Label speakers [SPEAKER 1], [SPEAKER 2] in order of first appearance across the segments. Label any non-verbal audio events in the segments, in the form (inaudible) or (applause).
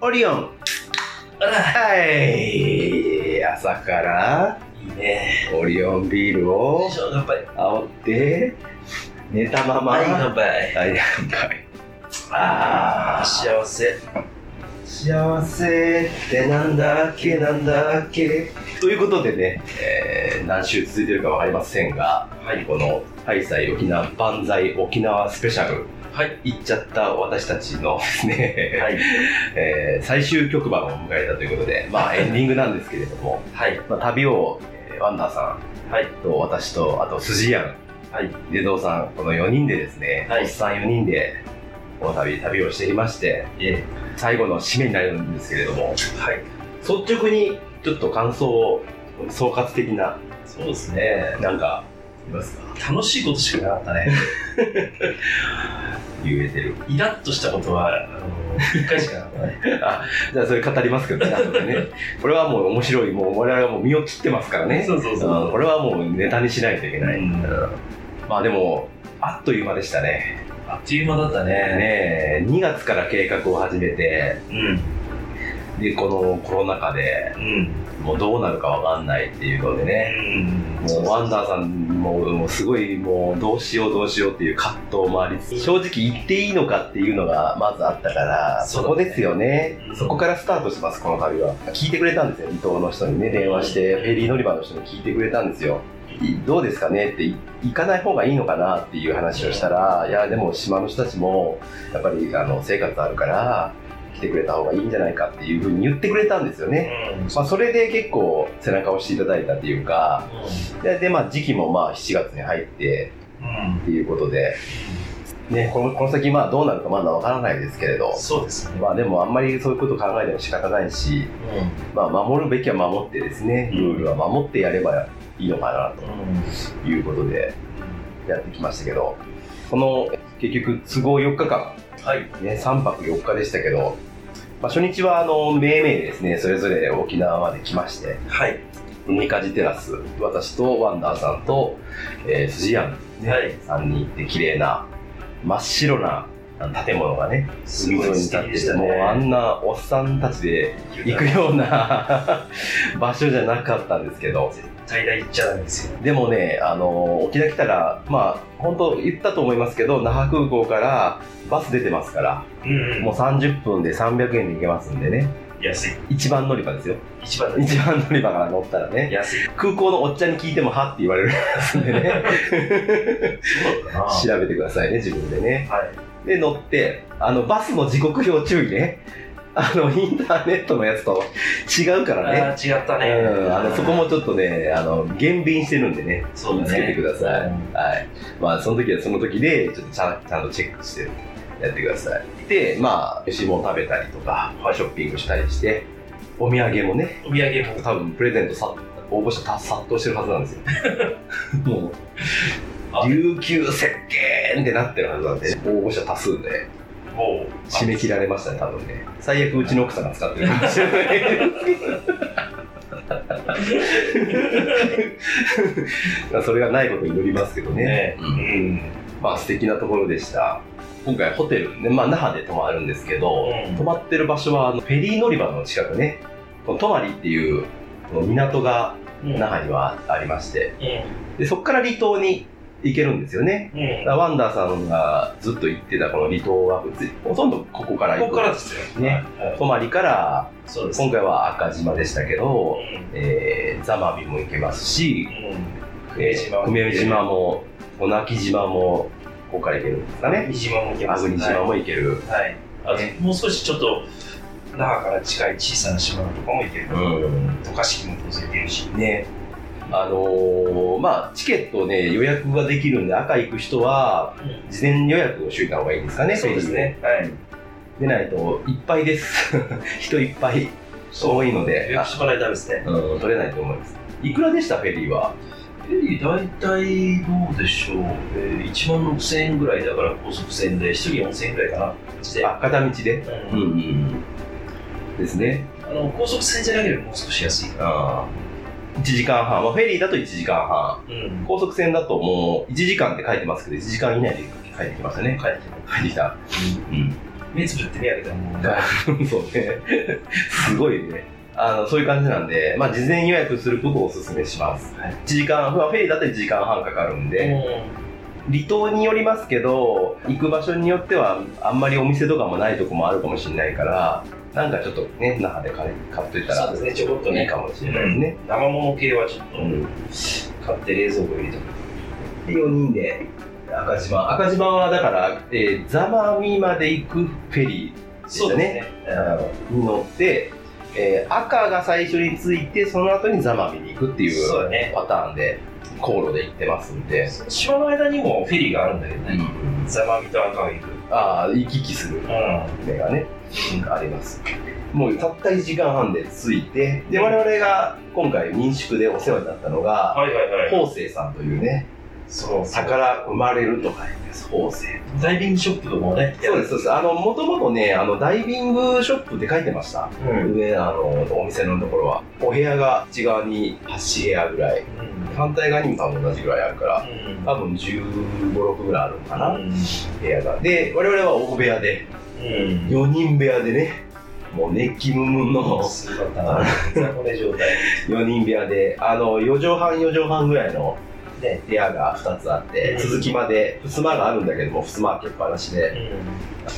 [SPEAKER 1] オリオン
[SPEAKER 2] あ
[SPEAKER 1] はい朝から
[SPEAKER 2] らいいね
[SPEAKER 1] オリオンビールを
[SPEAKER 2] よいしょ乾杯
[SPEAKER 1] 煽って寝たまま
[SPEAKER 2] はい
[SPEAKER 1] は
[SPEAKER 2] 乾杯
[SPEAKER 1] い乾杯あ
[SPEAKER 2] ああ
[SPEAKER 1] ー
[SPEAKER 2] 幸せ
[SPEAKER 1] 幸せってなんだっけなんだっけということでね、えー何週続いてるか分かりませんが
[SPEAKER 2] はい
[SPEAKER 1] この「ハイサイ沖縄万歳沖縄スペシャル」
[SPEAKER 2] はい
[SPEAKER 1] 行っちゃった私たちのですね、
[SPEAKER 2] はい
[SPEAKER 1] (laughs) えー最終局番を迎えたということで、まあ、エンディングなんですけれども、
[SPEAKER 2] はい
[SPEAKER 1] まあ、旅を、えーワンダーさ
[SPEAKER 2] はい
[SPEAKER 1] んと私とあとスジヤン、
[SPEAKER 2] はい
[SPEAKER 1] デゾウさんこの4人でですね、
[SPEAKER 2] はい
[SPEAKER 1] おっさん4人でこの旅旅をしてきまして
[SPEAKER 2] え
[SPEAKER 1] 最後の締めになるんですけれども
[SPEAKER 2] はい
[SPEAKER 1] 率直にちょっと感想を総括的な、
[SPEAKER 2] そうですね
[SPEAKER 1] えーなんかいますか
[SPEAKER 2] 楽しいことしかなかったね
[SPEAKER 1] (laughs) 言えてる
[SPEAKER 2] イラッとしたことはあの1回しかなかっ
[SPEAKER 1] (laughs)
[SPEAKER 2] たね
[SPEAKER 1] じゃあそれ語りますけどね後でねこれはもう面白いもう我々はもう身を切ってますからね
[SPEAKER 2] そうそう
[SPEAKER 1] うん
[SPEAKER 2] そ
[SPEAKER 1] これはもうネタにしないといけ
[SPEAKER 2] う
[SPEAKER 1] ない、
[SPEAKER 2] うん
[SPEAKER 1] まあでもあっという間でしたね
[SPEAKER 2] あっという間だったね
[SPEAKER 1] ねえ2月から計画を始めて
[SPEAKER 2] うん
[SPEAKER 1] でこのコロナ禍で
[SPEAKER 2] うん
[SPEAKER 1] もうどうなるかわかんないっていうのでね
[SPEAKER 2] うん
[SPEAKER 1] もうワンダーさんももうすごいもうどうしようどうしようっていう葛藤もありつつ正直言っていいのかっていうのがまずあったから
[SPEAKER 2] そ
[SPEAKER 1] そう
[SPEAKER 2] だね
[SPEAKER 1] こですよね
[SPEAKER 2] うん
[SPEAKER 1] そこからスタートしますこの旅は聞いてくれたんですよ伊東の人にね電話してフェリー乗り場の人に聞いてくれたんですよいどうですかねってい行かない方がいいのかなっていう話をしたらいやでも島の人たちもやっぱりあの生活あるから来てくれた方がいいんじゃないかっていうふうに言ってくれたんですよね、
[SPEAKER 2] うん
[SPEAKER 1] まあ、それで結構背中を押していただいたっていうかでで、まあ、時期もまあ7月に入って
[SPEAKER 2] うん
[SPEAKER 1] っていうことで、ね、このこの先まあどうなるかまだわからないですけれど
[SPEAKER 2] うんそうですね
[SPEAKER 1] まあでもあんまりそういうこと考えても仕方ないし、まあ、守るべきは守ってですね
[SPEAKER 2] うん
[SPEAKER 1] ルールは守ってやればいいのか
[SPEAKER 2] うんうん
[SPEAKER 1] なということでやってきましたけどこの結局都合4日間、
[SPEAKER 2] はい
[SPEAKER 1] ね、3泊4日でしたけど、まあ、初日はあのめいめいですねそれぞれ沖縄まで来まして
[SPEAKER 2] はい
[SPEAKER 1] 海かじテラス私とワンダーさんと、えー、スジヤン
[SPEAKER 2] はい
[SPEAKER 1] さんに行って綺麗な真っ白なあの建物がね
[SPEAKER 2] す
[SPEAKER 1] 海沿い
[SPEAKER 2] ごい
[SPEAKER 1] に立
[SPEAKER 2] 素
[SPEAKER 1] っ
[SPEAKER 2] 敵で
[SPEAKER 1] て
[SPEAKER 2] してた
[SPEAKER 1] も
[SPEAKER 2] ね
[SPEAKER 1] うあんなおっさんたちで行くよう (laughs) な場所じゃなかったんですけど
[SPEAKER 2] 最大行っちゃダメですよ
[SPEAKER 1] でもねあの沖縄来たらまあ本当言ったと思いますけど那覇空港からバス出てますから
[SPEAKER 2] うん
[SPEAKER 1] もう30分で300円で行けますんでね
[SPEAKER 2] 安い
[SPEAKER 1] 一番乗り場ですよ
[SPEAKER 2] 一番だね
[SPEAKER 1] 一番乗り場から乗ったらね
[SPEAKER 2] 安い
[SPEAKER 1] 空港のおっちゃんに聞いてもはって言われるんでね
[SPEAKER 2] そうだなは
[SPEAKER 1] 調べてくださいね自分でね
[SPEAKER 2] い
[SPEAKER 1] で乗ってあのバスの時刻表注意ねあのインターネットのやつと違うからね
[SPEAKER 2] あー違ったね
[SPEAKER 1] うん、あのそこもちょっとねあの減便してるんでね
[SPEAKER 2] そうだね
[SPEAKER 1] つけてください、
[SPEAKER 2] うん
[SPEAKER 1] はいまあ、その時はその時でちょっとちゃんちゃんとチェックしてやってくださいでまあ飯も食べたりとかショッピングしたりしてお土産もね
[SPEAKER 2] お土産も
[SPEAKER 1] 多分プレゼントさ応募者た殺到してるはずなんですよも
[SPEAKER 2] あ
[SPEAKER 1] う琉球石鹸ってなってるはずなんで、応募者多数で
[SPEAKER 2] もう
[SPEAKER 1] 締め切られましたね多分ね最悪うちの奥さんが使ってるかもしれないまあそれがないことに祈りますけどね
[SPEAKER 2] ね
[SPEAKER 1] う
[SPEAKER 2] うんん
[SPEAKER 1] まあ素敵なところでした今回ホテル、ねまあ、那覇で泊まるんですけど、
[SPEAKER 2] うん
[SPEAKER 1] 泊まってる場所はあのフェリー乗り場の近くねこの泊まりっていうこの港が
[SPEAKER 2] うん
[SPEAKER 1] 那覇にはありまして
[SPEAKER 2] う
[SPEAKER 1] でそこから離島に行けるんですよね
[SPEAKER 2] んう
[SPEAKER 1] だ
[SPEAKER 2] ん
[SPEAKER 1] からワンダーさんがずっと行ってたこの離島は別にほとんどここから
[SPEAKER 2] こ
[SPEAKER 1] 行く
[SPEAKER 2] こからですよ
[SPEAKER 1] ね
[SPEAKER 2] はい
[SPEAKER 1] 泊まりから
[SPEAKER 2] そうです
[SPEAKER 1] 今回は赤島でしたけど、
[SPEAKER 2] うん
[SPEAKER 1] えーザマビも行けますし
[SPEAKER 2] うん
[SPEAKER 1] 久米島久米島も渡名喜島もここから行けるんですかね
[SPEAKER 2] 三島も行
[SPEAKER 1] 粟
[SPEAKER 2] けます
[SPEAKER 1] 国島も行ける、
[SPEAKER 2] はいはいあともう少しちょっと那覇から近い小さな島とかも行ける
[SPEAKER 1] うん
[SPEAKER 2] 渡嘉敷も当然行けるし
[SPEAKER 1] ねあのーまあチケットね予約ができるんで赤行く人は事前予約をしといた方がいいんですかね
[SPEAKER 2] そうですねはい
[SPEAKER 1] でないといっぱいです (laughs) 人いっぱい多いの
[SPEAKER 2] 予
[SPEAKER 1] で
[SPEAKER 2] 約してもらえたらですね
[SPEAKER 1] あうん取れないと思いますいくらでしたフェリーは
[SPEAKER 2] フェリー大体どうでしょう、えー、1万6000円ぐらいだから高速船で1人4000円ぐらいかな感じで、
[SPEAKER 1] あ片道で
[SPEAKER 2] うん
[SPEAKER 1] んですね
[SPEAKER 2] あの高速船じゃなければもう少し安いか
[SPEAKER 1] あ1時間半、まあ、フェリーだと1時間半
[SPEAKER 2] な、うん、
[SPEAKER 1] 高速船だともう1時間って書いてますけど1時間以内で帰ってきましたね
[SPEAKER 2] 帰ってくる
[SPEAKER 1] 帰ってきた、うん、
[SPEAKER 2] 目つぶって目開けたらもう、
[SPEAKER 1] そうね。すごいね。あの、そういう感じなんで、まあ、事前予約することをお勧めします。
[SPEAKER 2] はい
[SPEAKER 1] 1時間、まあ、フェリーだって1時間半かかるんで、離島によりますけど、行く場所によっては、あんまりお店とかもないとこもあるかもしれないから、なんかちょっとね、那覇で買い買っといた
[SPEAKER 2] そう
[SPEAKER 1] ら
[SPEAKER 2] ですね、ちょこっと
[SPEAKER 1] いい
[SPEAKER 2] ね、
[SPEAKER 1] かもしれないですね。
[SPEAKER 2] 生もの系はちょっと
[SPEAKER 1] うん
[SPEAKER 2] 買って冷蔵庫入れて
[SPEAKER 1] で4人で赤島赤島はだから、えーザマミまで行くフェリ
[SPEAKER 2] そうですね。
[SPEAKER 1] ーあのに乗って、えー赤が最初に着いてその後にザマミに行くってい
[SPEAKER 2] そう
[SPEAKER 1] う
[SPEAKER 2] だね
[SPEAKER 1] パターンで航路で行ってますんで、
[SPEAKER 2] 島の間にもフェリーがあるんだけどね、ザマミと赤が行く。
[SPEAKER 1] ああ行き来する
[SPEAKER 2] う
[SPEAKER 1] 目がねありますもうたった1時間半で着いてで我々が今回民宿でお世話になったのが
[SPEAKER 2] はいはいはい。
[SPEAKER 1] 方正さんというね
[SPEAKER 2] そう、
[SPEAKER 1] 宝生まれると書いてます方正
[SPEAKER 2] ダイビングショップとかもね、
[SPEAKER 1] そうです、そうです。あの、もともとね、あの、ダイビングショップって書いてました。
[SPEAKER 2] うん。
[SPEAKER 1] 上、あの、お店のところは。お部屋が内側に8部屋ぐらい。反対側にも多分同じぐらいあるから、多分15、6ぐらいあるのかな、部屋が。で、我々は大部屋で、
[SPEAKER 2] うん。
[SPEAKER 1] 4人部屋でね、もう熱気ムンムンの (laughs)
[SPEAKER 2] すごかったな。雑魚寝状態。
[SPEAKER 1] 4人部屋で、あの、4畳半、4畳半ぐらいの
[SPEAKER 2] ね。
[SPEAKER 1] 部屋が2つあって
[SPEAKER 2] う、ん
[SPEAKER 1] 続きまで、襖があるんだけども、襖は開けっぱなしで、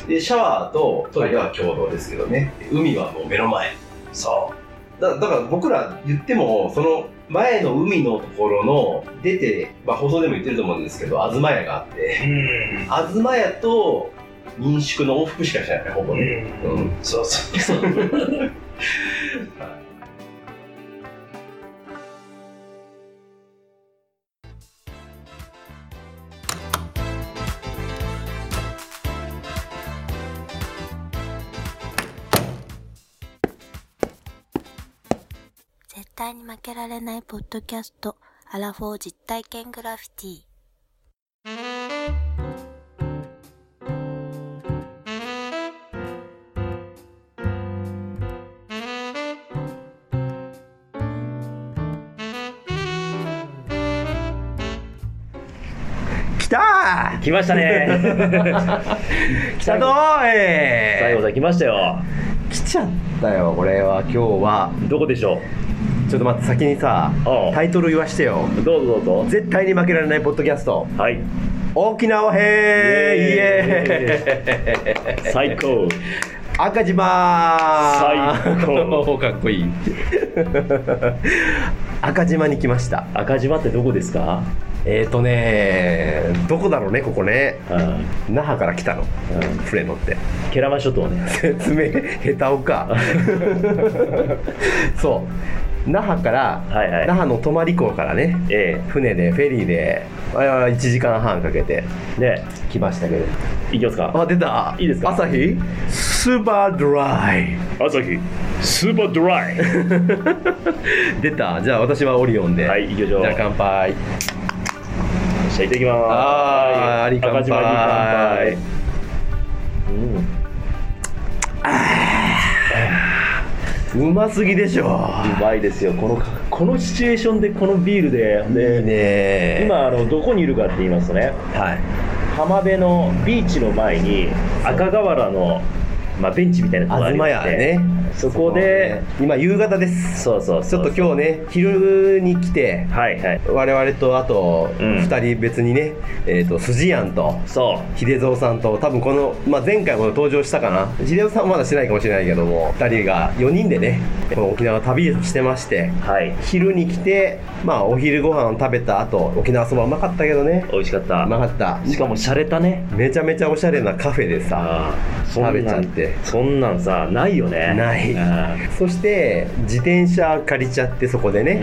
[SPEAKER 1] でシャワーとトイレは共同ですけどね海はもう目の前そうだだから僕ら言ってもその前の海のところの出て、まあ、放送でも言ってると思うんですけど東屋があって
[SPEAKER 2] うん。
[SPEAKER 1] 東屋と民宿の往復しかしないねほぼね、
[SPEAKER 2] うん。
[SPEAKER 1] うん
[SPEAKER 2] そうそうそう。
[SPEAKER 3] 絶対に負けられないポッドキャスト、アラフォー実体験グラフィティ。
[SPEAKER 4] 来た
[SPEAKER 5] 来
[SPEAKER 2] (laughs)
[SPEAKER 5] ましたね。
[SPEAKER 4] ー来たぞ
[SPEAKER 5] 最後
[SPEAKER 4] ーい
[SPEAKER 5] さん来ましたよ。
[SPEAKER 4] 来ちゃったよこれは今日は
[SPEAKER 5] どこでしょう。
[SPEAKER 4] ちょっと待って先にさ
[SPEAKER 5] ああ
[SPEAKER 4] タイトル言わしてよ
[SPEAKER 5] どうぞどうぞ。
[SPEAKER 4] 絶対に負けられないポッドキャスト
[SPEAKER 5] はい。
[SPEAKER 4] 沖縄編イエーイ
[SPEAKER 5] 最高。
[SPEAKER 4] 赤島
[SPEAKER 5] 最高
[SPEAKER 4] かっこいい (laughs) 赤島に来ました
[SPEAKER 5] 赤島ってどこですか。
[SPEAKER 4] えーとねどこだろうねここね
[SPEAKER 5] うん。うん。
[SPEAKER 4] 那覇から来たの船乗って (laughs)
[SPEAKER 5] ケラマ諸島ね。
[SPEAKER 4] 説明下手お
[SPEAKER 5] (laughs)
[SPEAKER 4] かそう那覇から、
[SPEAKER 5] はいはい
[SPEAKER 4] 那覇の泊まり港からね
[SPEAKER 5] え
[SPEAKER 4] 船でフェリーであ1時間半かけて
[SPEAKER 5] え。ね。
[SPEAKER 4] 来ましたけど
[SPEAKER 5] 行きますか。
[SPEAKER 4] あ出た
[SPEAKER 5] いいですか
[SPEAKER 4] 朝日スーパードライ
[SPEAKER 5] 朝日。スーパードライ。
[SPEAKER 4] (laughs) 出たじゃあ私はオリオンでは
[SPEAKER 5] はい、行きましょう。
[SPEAKER 4] じゃあ乾杯
[SPEAKER 5] じゃあ行ってきます。
[SPEAKER 4] あーあり乾杯
[SPEAKER 5] 赤島に乾杯。
[SPEAKER 4] うますぎでしょ
[SPEAKER 5] うまいですよ。このこのシチュエーションでこのビールで。
[SPEAKER 4] いい
[SPEAKER 5] で
[SPEAKER 4] ね
[SPEAKER 5] 今あのどこにいるかって言いますとね。
[SPEAKER 4] はい
[SPEAKER 5] 浜辺のビーチの前に赤瓦の、まあ、ベンチみたいなとこがあ
[SPEAKER 4] 東
[SPEAKER 5] りまし
[SPEAKER 4] 屋
[SPEAKER 5] て
[SPEAKER 4] ね
[SPEAKER 5] そこで
[SPEAKER 4] そうね今夕方です
[SPEAKER 5] そうそう
[SPEAKER 4] ち
[SPEAKER 5] そ
[SPEAKER 4] ょ
[SPEAKER 5] う
[SPEAKER 4] っと今日ね昼に来て
[SPEAKER 5] はいはい
[SPEAKER 4] 我々とあと
[SPEAKER 5] うん
[SPEAKER 4] 2人別にね、えー、とスジヤンと
[SPEAKER 5] そ
[SPEAKER 4] 秀蔵さんと多分この、まあ、前回も登場したかな秀蔵さんはまだしてないかもしれないけども2人が4人でねこの沖縄旅をしてまして
[SPEAKER 5] うはい
[SPEAKER 4] 昼に来てまあお昼ご飯を食べた後沖縄そばうまかったけどね
[SPEAKER 5] 美味しかった、
[SPEAKER 4] うまかった
[SPEAKER 5] しかも洒落たね
[SPEAKER 4] めちゃめちゃおしゃれなカフェでさ
[SPEAKER 5] ああそんな
[SPEAKER 4] 食
[SPEAKER 5] ん
[SPEAKER 4] べちゃって
[SPEAKER 5] そんなんさないよね
[SPEAKER 4] ない
[SPEAKER 5] うん
[SPEAKER 4] そして自転車借りちゃってそこで
[SPEAKER 5] う
[SPEAKER 4] ね、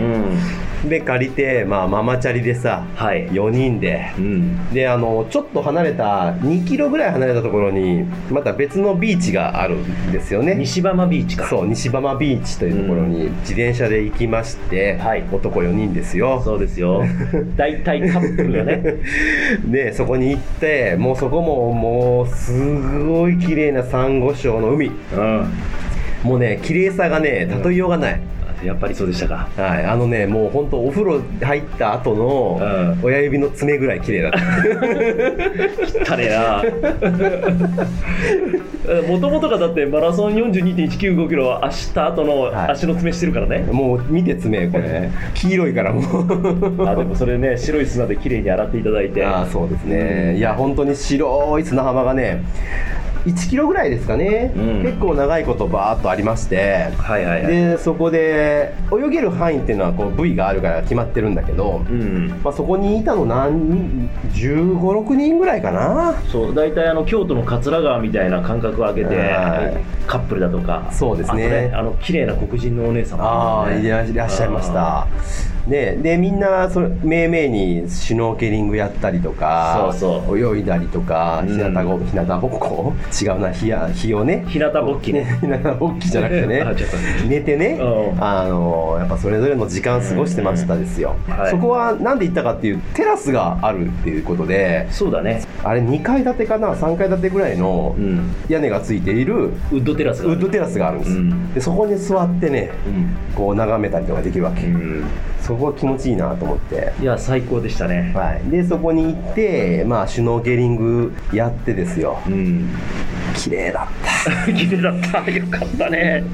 [SPEAKER 5] ん
[SPEAKER 4] で借りてまあママチャリでさ
[SPEAKER 5] はい
[SPEAKER 4] 4人で
[SPEAKER 5] うん
[SPEAKER 4] であのちょっと離れた2キロぐらい離れたところにまた別のビーチがあるんですよね
[SPEAKER 5] 西浜ビーチか
[SPEAKER 4] そう西浜ビーチというところに自転車で行きまして、
[SPEAKER 5] はい
[SPEAKER 4] 男4人ですよ
[SPEAKER 5] そうです
[SPEAKER 4] (laughs)
[SPEAKER 5] よ
[SPEAKER 1] (laughs)
[SPEAKER 5] 大体カップルがね
[SPEAKER 4] でそこに行ってもうそこももうすごい綺麗なサンゴ礁の海
[SPEAKER 5] うん
[SPEAKER 4] もうね綺麗さがね例えようがない、
[SPEAKER 5] やっぱりそうでしたか。
[SPEAKER 1] はい、あのねもう本当お風呂入った後
[SPEAKER 5] う
[SPEAKER 1] の
[SPEAKER 5] ん。
[SPEAKER 1] 親指の爪ぐらい綺麗だった
[SPEAKER 5] たれな。もともとがだってマラソン42.195キロは明日後
[SPEAKER 1] はい
[SPEAKER 5] の足の詰めしてるからね。
[SPEAKER 1] もう見て爪これ黄色いからもう
[SPEAKER 5] あでもそれね白い砂で綺麗に洗っていただいて。
[SPEAKER 1] ああそうですね、いや本当に白い砂浜がね1キロぐらいですかね、
[SPEAKER 5] うん
[SPEAKER 1] 結構長いことバーっとありまして
[SPEAKER 5] はいはいはい。
[SPEAKER 1] でそこで泳げる範囲っていうのはこう部位があるから決まってるんだけど、
[SPEAKER 5] うん。
[SPEAKER 1] まあ、そこにいたの何1 5 6人ぐらいかな
[SPEAKER 5] そう大体あの京都の桂川みたいな感覚を空けて
[SPEAKER 1] は
[SPEAKER 5] カップルだとか
[SPEAKER 1] そうですね
[SPEAKER 5] あとねあの綺麗な黒人のお姉さん
[SPEAKER 1] ああいらいらっしゃいましたででみんなそれめいめいにシュノーケリングやったりとか
[SPEAKER 5] そうそ
[SPEAKER 1] 泳いだりとか
[SPEAKER 5] うん
[SPEAKER 1] 日向ご日向ぼっこ違うな日や日をね
[SPEAKER 5] 日向ぼっきね
[SPEAKER 1] 日向ぼっきじゃ (laughs) なくて
[SPEAKER 5] (laughs) あ
[SPEAKER 1] ね
[SPEAKER 5] ちょっと
[SPEAKER 1] 寝てね
[SPEAKER 5] うん
[SPEAKER 1] あのやっぱそれぞれの時間過ごしてましたですよ、
[SPEAKER 5] うんはい
[SPEAKER 1] そこはなんで行ったかっていうテラスがあるっていうことで
[SPEAKER 5] そうだね
[SPEAKER 1] あれ2階建てかな3階建てぐらいの
[SPEAKER 5] うん
[SPEAKER 1] 屋根がついている
[SPEAKER 5] ウッドテラス
[SPEAKER 1] ウ
[SPEAKER 5] が
[SPEAKER 1] ッドテラスがあるんです、
[SPEAKER 5] うん
[SPEAKER 1] でそこに座ってね
[SPEAKER 5] うん
[SPEAKER 1] こう眺めたりとかできるわけ、
[SPEAKER 5] うん
[SPEAKER 1] そこは気持ちいいなと思って、
[SPEAKER 5] いや最高でしたね
[SPEAKER 1] はい、でそこに行って、まあ、シュノーケリングやってですよ
[SPEAKER 5] うん (laughs)
[SPEAKER 1] 綺麗だっ
[SPEAKER 5] 綺麗だったよかったね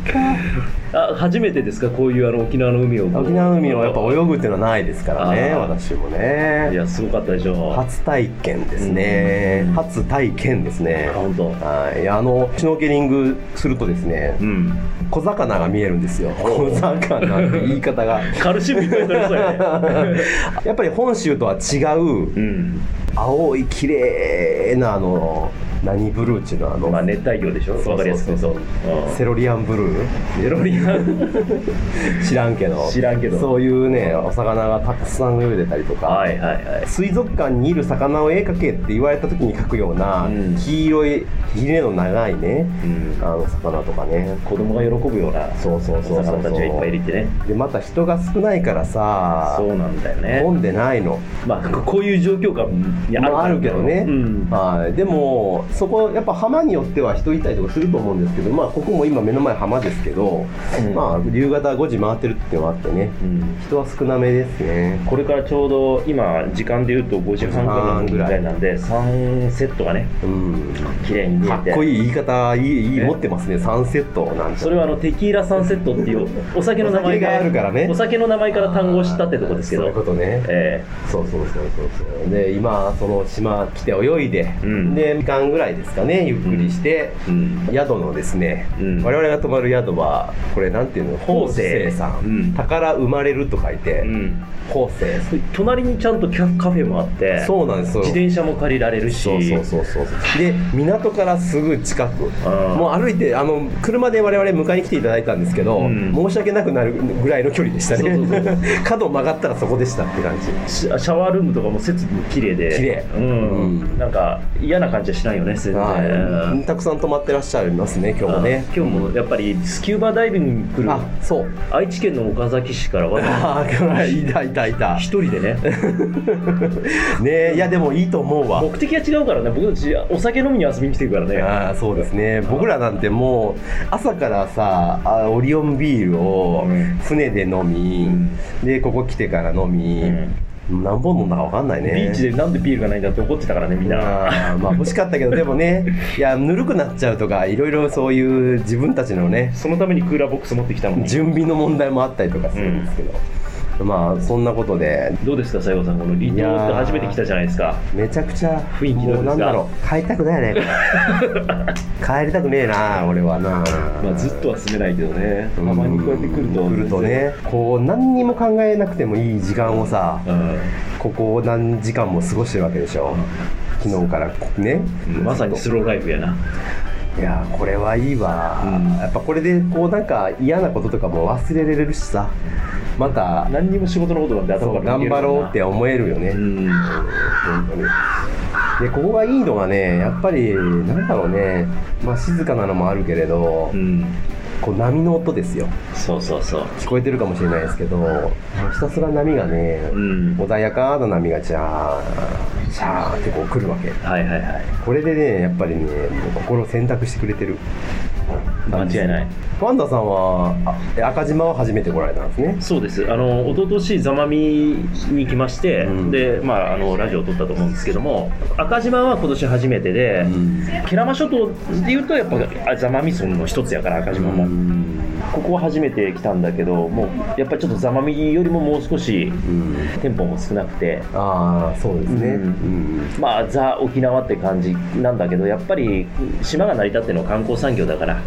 [SPEAKER 5] あ初めてですかこういうあの沖縄の海を
[SPEAKER 1] た沖縄の海をやっぱ泳ぐっていうのはないですからね
[SPEAKER 5] あー
[SPEAKER 1] 私も
[SPEAKER 5] い
[SPEAKER 1] ね
[SPEAKER 5] やすごかったでしょ
[SPEAKER 1] 初体験ですね
[SPEAKER 5] うん
[SPEAKER 1] 初体験ですね
[SPEAKER 5] あ本当
[SPEAKER 1] はい、あのシュノーケリングするとですね
[SPEAKER 5] うん
[SPEAKER 1] 小魚が見えるんですよ
[SPEAKER 5] おう
[SPEAKER 1] 小魚って言い方
[SPEAKER 5] (laughs)
[SPEAKER 1] が
[SPEAKER 5] カルシウムいっぱい取れそう
[SPEAKER 1] (laughs)
[SPEAKER 5] やね
[SPEAKER 1] やっぱり本州とは違う
[SPEAKER 5] うん
[SPEAKER 1] 青い綺麗なあの何ブルーっていうのあの、
[SPEAKER 5] まあ熱帯魚でしょ
[SPEAKER 1] そうそうそう
[SPEAKER 5] わかりやすくそう
[SPEAKER 1] セロリアンブルー
[SPEAKER 5] セロリア
[SPEAKER 1] (laughs) 知らんけど
[SPEAKER 5] 知らんけど
[SPEAKER 1] そういうねお魚がたくさん泳いでたりとか、
[SPEAKER 5] はいはいはい
[SPEAKER 1] 水族館にいる魚を絵描けって言われた時に描くような、
[SPEAKER 5] うん
[SPEAKER 1] 黄色いひれの長いね
[SPEAKER 5] うん
[SPEAKER 1] あの魚とかね
[SPEAKER 5] 子供が喜ぶような
[SPEAKER 1] そうそうそうそう
[SPEAKER 5] お魚たちがいっぱいいるってね
[SPEAKER 1] でまた人が少ないからさ
[SPEAKER 5] そうなんだよね
[SPEAKER 1] 混んでないの、
[SPEAKER 5] まあここういう状況下もいや
[SPEAKER 1] まあ
[SPEAKER 5] から
[SPEAKER 1] あるけどね
[SPEAKER 5] うん
[SPEAKER 1] はい、でもそこやっぱ浜によっては人いたりとかすると思うんですけどまあここも今目の前浜ですけど、
[SPEAKER 5] うん
[SPEAKER 1] まあ夕方5時回ってるってのもあってね
[SPEAKER 5] うん
[SPEAKER 1] 人は少なめですね
[SPEAKER 5] これからちょうど今時間で言うと5時半ぐらいなんで3セットがね
[SPEAKER 1] うん
[SPEAKER 5] 綺麗に見え
[SPEAKER 1] か
[SPEAKER 5] て
[SPEAKER 1] っこ
[SPEAKER 5] い
[SPEAKER 1] いい言い方いいいい
[SPEAKER 5] ね
[SPEAKER 1] 持ってますねサンセットなんて
[SPEAKER 5] それはあのテキーラサンセットっていうお酒の名前
[SPEAKER 1] お酒があるからね
[SPEAKER 5] お酒の名前から単語をしたってとこですけ
[SPEAKER 1] そう
[SPEAKER 5] ど
[SPEAKER 1] いうことね
[SPEAKER 5] え
[SPEAKER 1] そうそうそうそうそうで今その島来て泳いで、
[SPEAKER 5] うん
[SPEAKER 1] で時間ぐらいですかねゆっくりして、
[SPEAKER 5] えうん
[SPEAKER 1] 宿のですね、
[SPEAKER 5] うん
[SPEAKER 1] 我々が泊まる宿はこれなんていうの
[SPEAKER 5] 方
[SPEAKER 1] 法
[SPEAKER 5] 正
[SPEAKER 1] 生さん、
[SPEAKER 5] うん
[SPEAKER 1] 宝生まれると書いて、
[SPEAKER 5] うん
[SPEAKER 1] 法生
[SPEAKER 5] 隣にちゃんとキャカフェもあって
[SPEAKER 1] そうなんですよ
[SPEAKER 5] 自転車も借りられるし
[SPEAKER 1] そうそうそうそうで港からすぐ近く
[SPEAKER 5] あー
[SPEAKER 1] もう歩いてあの車で我々迎えに来ていただいたんですけど、
[SPEAKER 5] うん
[SPEAKER 1] 申し訳なくなるぐらいの距離でしたね
[SPEAKER 5] そうそう
[SPEAKER 1] (laughs)
[SPEAKER 5] そ
[SPEAKER 1] 角曲がったらそこでしたって感じ
[SPEAKER 5] シャシャワールームとかも設備も綺麗で
[SPEAKER 1] 綺麗
[SPEAKER 5] うん
[SPEAKER 1] うん
[SPEAKER 5] なんか嫌な感じはしないよね全然、
[SPEAKER 1] はい、たくさん泊まってらっしゃいますね今日もね
[SPEAKER 5] あ今日もやっぱりスキューバダイビングに来
[SPEAKER 1] あ
[SPEAKER 5] る
[SPEAKER 1] そう
[SPEAKER 5] 愛知県の岡崎市からわざわ
[SPEAKER 1] ああいたいたい (laughs) た
[SPEAKER 5] ざ一人でね
[SPEAKER 1] ねいやでもいいと思うわ
[SPEAKER 5] 目的が違うからね僕たちお酒飲みに遊びに来てるからね
[SPEAKER 1] ああそうですね僕らなんてもう朝からさあオリオンビールを
[SPEAKER 5] うん
[SPEAKER 1] 船で飲み、
[SPEAKER 5] うん
[SPEAKER 1] でここ来てから飲み、何本飲んだか分かんないね
[SPEAKER 5] ビーチでなんでビールがないんだって怒ってたからねみんな
[SPEAKER 1] あーまあ欲しかったけどでもねいやぬるくなっちゃうとかいろいろそういう自分たちのね
[SPEAKER 5] そのためにクーラーボックス持ってきたのに
[SPEAKER 1] 準備の問題もあったりとかするんですけど、まあそんなことで
[SPEAKER 5] どうですか西郷さんこの離島って初めて来たじゃないですか
[SPEAKER 1] めちゃくちゃ
[SPEAKER 5] 雰囲気どうですか
[SPEAKER 1] もうなんだろう帰りたくない
[SPEAKER 5] (laughs)
[SPEAKER 1] ね帰りたくねえな俺はな、
[SPEAKER 5] まあ、ずっとは住めないけどね、たまにこうやって来ると、
[SPEAKER 1] 来ると、ねこう何にも考えなくてもいい時間をさ
[SPEAKER 5] う
[SPEAKER 1] ここ何時間も過ごしてるわけでしょ昨日からね
[SPEAKER 5] ん、まさにスローライフやな、
[SPEAKER 1] いやーこれはいいわ、
[SPEAKER 5] うん
[SPEAKER 1] やっぱこれでこうなんか嫌なこととかも忘れられるしさまた
[SPEAKER 5] 何にも仕事のことなんて
[SPEAKER 1] そ
[SPEAKER 5] 頭
[SPEAKER 1] う
[SPEAKER 5] か
[SPEAKER 1] 頑
[SPEAKER 5] ら抜ける
[SPEAKER 1] 張ろうって
[SPEAKER 5] よ
[SPEAKER 1] 思えるよね、
[SPEAKER 5] なうん、
[SPEAKER 1] 本当にでここがいいのがねやっぱりなんだろうね、まあ、静かなのもあるけれど、
[SPEAKER 5] うん、
[SPEAKER 1] こう波の音ですよ
[SPEAKER 5] そうそうそう
[SPEAKER 1] 聞こえてるかもしれないですけどひたすら波がね
[SPEAKER 5] うん
[SPEAKER 1] 穏やかな波がジャージャーってこう来るわけ
[SPEAKER 5] はいはいはい
[SPEAKER 1] これでねやっぱりねもう心を選択してくれてる
[SPEAKER 5] 間違いない
[SPEAKER 1] パンダさんはあえ赤島は初めて来られたんですね
[SPEAKER 5] そうですあの一昨年ザマミに来まして、
[SPEAKER 1] うん
[SPEAKER 5] でまああのラジオを撮ったと思うんですけども赤島は今年初めてで、慶良間諸島でいうとやっぱあ座間味村の一つやから赤島も、ここは初めて来たんだけどもうやっぱりちょっと座間味よりももう少し店舗も少なくて
[SPEAKER 1] ああそうですね、
[SPEAKER 5] うん
[SPEAKER 1] うん
[SPEAKER 5] まあザ沖縄って感じなんだけどやっぱり島が成り立っての観光産業だから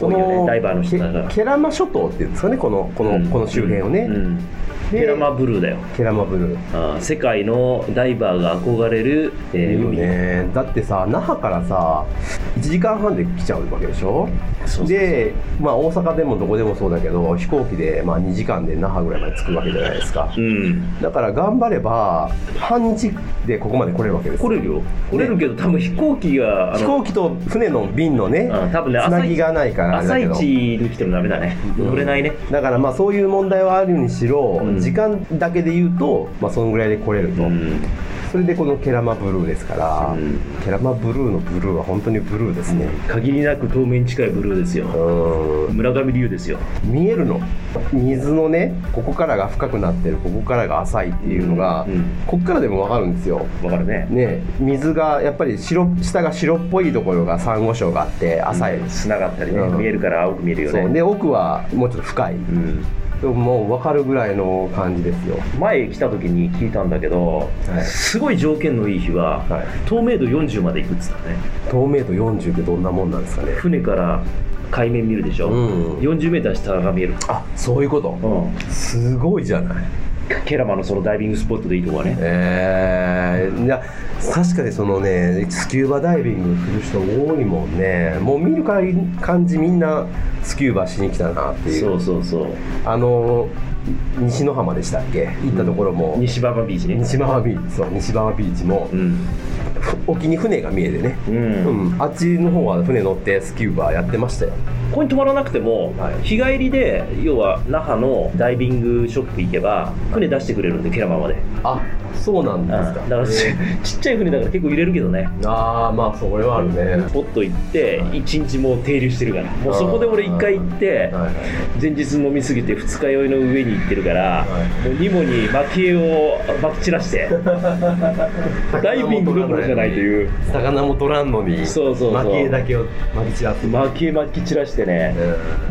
[SPEAKER 5] 多いよねダイバーの人だから
[SPEAKER 1] ケケラマ諸島っていうんですかねこのこの,、
[SPEAKER 5] うん
[SPEAKER 1] この周辺をね、
[SPEAKER 5] うん
[SPEAKER 1] で
[SPEAKER 5] 慶良間ブルーだよ
[SPEAKER 1] ケラマブルー
[SPEAKER 5] あー世界のダイバーが憧れる、えー
[SPEAKER 1] いいよ
[SPEAKER 5] 海
[SPEAKER 1] ねだってさ那覇からさ1時間半で来ちゃうわけでしょで、まあ、大阪でもどこでもそうだけど飛行機でまあ2時間で那覇ぐらいまで着くわけじゃないですか
[SPEAKER 5] うん
[SPEAKER 1] だから頑張れば半日でここまで来れるわけです
[SPEAKER 5] 来れるよ来れるけど多分飛行機があの
[SPEAKER 1] 飛行機と船の便のね
[SPEAKER 5] うん多分ね
[SPEAKER 1] つなぎがないからあれ
[SPEAKER 5] 朝
[SPEAKER 1] だけ
[SPEAKER 5] 一
[SPEAKER 1] ど
[SPEAKER 5] に来てもダメだね
[SPEAKER 1] うん
[SPEAKER 5] 乗れないね
[SPEAKER 1] だからまあそういう問題はあるにしろ、
[SPEAKER 5] うん
[SPEAKER 1] 時間だけで言うと、まあ、そのぐらいで来れると、
[SPEAKER 5] うん
[SPEAKER 1] それでこのケラマブルーですから、
[SPEAKER 5] うん
[SPEAKER 1] ケラマブルーのブルーは本当にブルーですね、
[SPEAKER 5] 限りなく透明に近いブルーですよ
[SPEAKER 1] うん
[SPEAKER 5] 村上龍ですよ
[SPEAKER 1] 見えるの水のねここからが深くなってるここからが浅いっていうのが、
[SPEAKER 5] うん
[SPEAKER 1] こっからでも分かるんですよ
[SPEAKER 5] わかるね
[SPEAKER 1] ね水がやっぱり白下が白っぽいところがサンゴ礁があって浅い、
[SPEAKER 5] 砂があったりね、
[SPEAKER 1] うん
[SPEAKER 5] 見えるから青く見えるよね
[SPEAKER 1] そうで奥はもうちょっと深い
[SPEAKER 5] うん
[SPEAKER 1] でももう分かるぐらいの感じですよ
[SPEAKER 5] 前来た時に聞いたんだけど、
[SPEAKER 1] はい
[SPEAKER 5] すごい条件のいい日は、
[SPEAKER 1] はい
[SPEAKER 5] 透明度40まで行くっつったね
[SPEAKER 1] 透明度40ってどんなもんなんですかね
[SPEAKER 5] 船から海面見るでしょ、
[SPEAKER 1] うん
[SPEAKER 5] 40メーター下が見える
[SPEAKER 1] あそういうこと
[SPEAKER 5] うん
[SPEAKER 1] すごいじゃない
[SPEAKER 5] ケラマのそのダイビングスポットでいいとこはね
[SPEAKER 1] えー、いや確かにそのねスキューバダイビングする人多いもんねもう見るから感じみんなスキューバしに来たなっていう
[SPEAKER 5] そうそうそう
[SPEAKER 1] あの西の浜でしたっけ行ったところも、
[SPEAKER 5] 西馬場ビーチね
[SPEAKER 1] 西浜ビーチそう西浜ビーチも、
[SPEAKER 5] うん
[SPEAKER 1] 沖に船が見えてね、
[SPEAKER 5] う、
[SPEAKER 1] うんんあっちの方は船乗ってスキューバやってましたよ
[SPEAKER 5] ここに泊まらなくても、
[SPEAKER 1] はい
[SPEAKER 5] 日帰りで要は那覇のダイビングショップ行けば船出してくれるんでケラマまで、
[SPEAKER 1] あそうなん
[SPEAKER 5] うん、
[SPEAKER 1] で
[SPEAKER 5] だ
[SPEAKER 1] す
[SPEAKER 5] か
[SPEAKER 1] から
[SPEAKER 5] ち
[SPEAKER 1] え
[SPEAKER 5] ちっちゃい船だから結構入れるけどね
[SPEAKER 1] ーああまあそれはあるね、
[SPEAKER 5] ポッと行って1日もう停留してるからもうそこで俺1回行って
[SPEAKER 1] はいはい
[SPEAKER 5] 前日飲みすぎて二日酔いの上に行ってるから、
[SPEAKER 1] は
[SPEAKER 5] もうニモに蒔絵をまき散らして
[SPEAKER 1] (laughs)
[SPEAKER 5] ダイビングどころじゃないという
[SPEAKER 1] 魚も取らんのに
[SPEAKER 5] そうそうそう
[SPEAKER 1] 巻き絵だけを巻き散らす
[SPEAKER 5] 蒔絵まき散らしてね、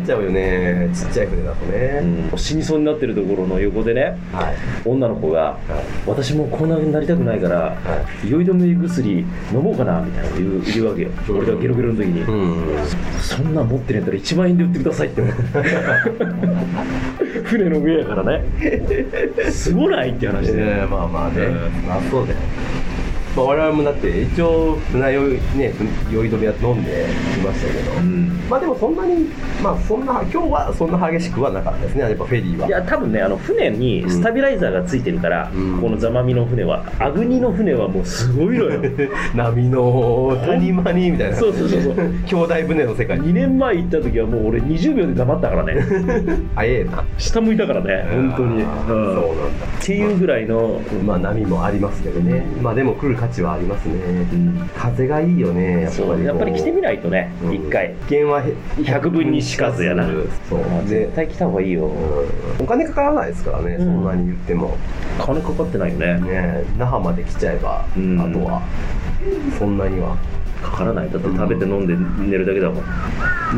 [SPEAKER 1] うんちっちゃうよねちっちゃい船だと
[SPEAKER 5] う
[SPEAKER 1] ね、
[SPEAKER 5] ん死にそうになってるところの横でね
[SPEAKER 1] はい
[SPEAKER 5] 女の子が
[SPEAKER 1] はい
[SPEAKER 5] 「私もこんなになりたくないから、
[SPEAKER 1] は
[SPEAKER 5] 酔い止め薬飲もうかな」みたいなこと言う言うわけよ
[SPEAKER 1] うん
[SPEAKER 5] 俺がゲロゲロの時に、
[SPEAKER 1] うん
[SPEAKER 5] そんなん持ってるんやったら1万円で売ってくださいって思って (laughs) 船の上やからねすごないって話で、
[SPEAKER 1] えーまあまあね、
[SPEAKER 5] うん
[SPEAKER 1] まあそうだよまあ我々もだって一応船酔いね酔い止めは飲んできましたけど、
[SPEAKER 5] うん
[SPEAKER 1] まあでもそんなにまあそんな今日はそんな激しくはなかったですねやっぱフェリーはい
[SPEAKER 5] や多分ねあの船にスタビライザーがついてるから、
[SPEAKER 1] うん
[SPEAKER 5] このザマミの船はアグニの船はもうすごいのよ
[SPEAKER 1] (laughs)
[SPEAKER 5] (laughs)
[SPEAKER 1] 波の谷間にみたいな
[SPEAKER 5] そうそうそうそう
[SPEAKER 1] 兄弟船の世界
[SPEAKER 5] 2
[SPEAKER 1] に
[SPEAKER 5] 年前行った時はもう俺20秒で黙ったから (laughs) ね
[SPEAKER 1] 早えな
[SPEAKER 5] 下向いたからね本当に、
[SPEAKER 1] あー
[SPEAKER 5] うん
[SPEAKER 1] そうなんだ
[SPEAKER 5] っていうぐらいの、
[SPEAKER 1] まあ波もありますけどね、まあでも来る価値はありますね
[SPEAKER 5] うん
[SPEAKER 1] 風がいいよねやっぱり
[SPEAKER 5] そうやっぱり来てみ
[SPEAKER 1] ない
[SPEAKER 5] ないとね一、回
[SPEAKER 1] 危険は
[SPEAKER 5] 100分にしかずやな
[SPEAKER 1] そうで
[SPEAKER 5] 絶対来た方がいいよ
[SPEAKER 1] うんお金かからないですからね、
[SPEAKER 5] う
[SPEAKER 1] そ
[SPEAKER 5] ん
[SPEAKER 1] んなに言っても
[SPEAKER 5] 金かかってないよね
[SPEAKER 1] ね那覇まで来ちゃえば、
[SPEAKER 5] うん
[SPEAKER 1] あとはそんなには
[SPEAKER 5] かからないだって食べて飲んで寝るだけだもん、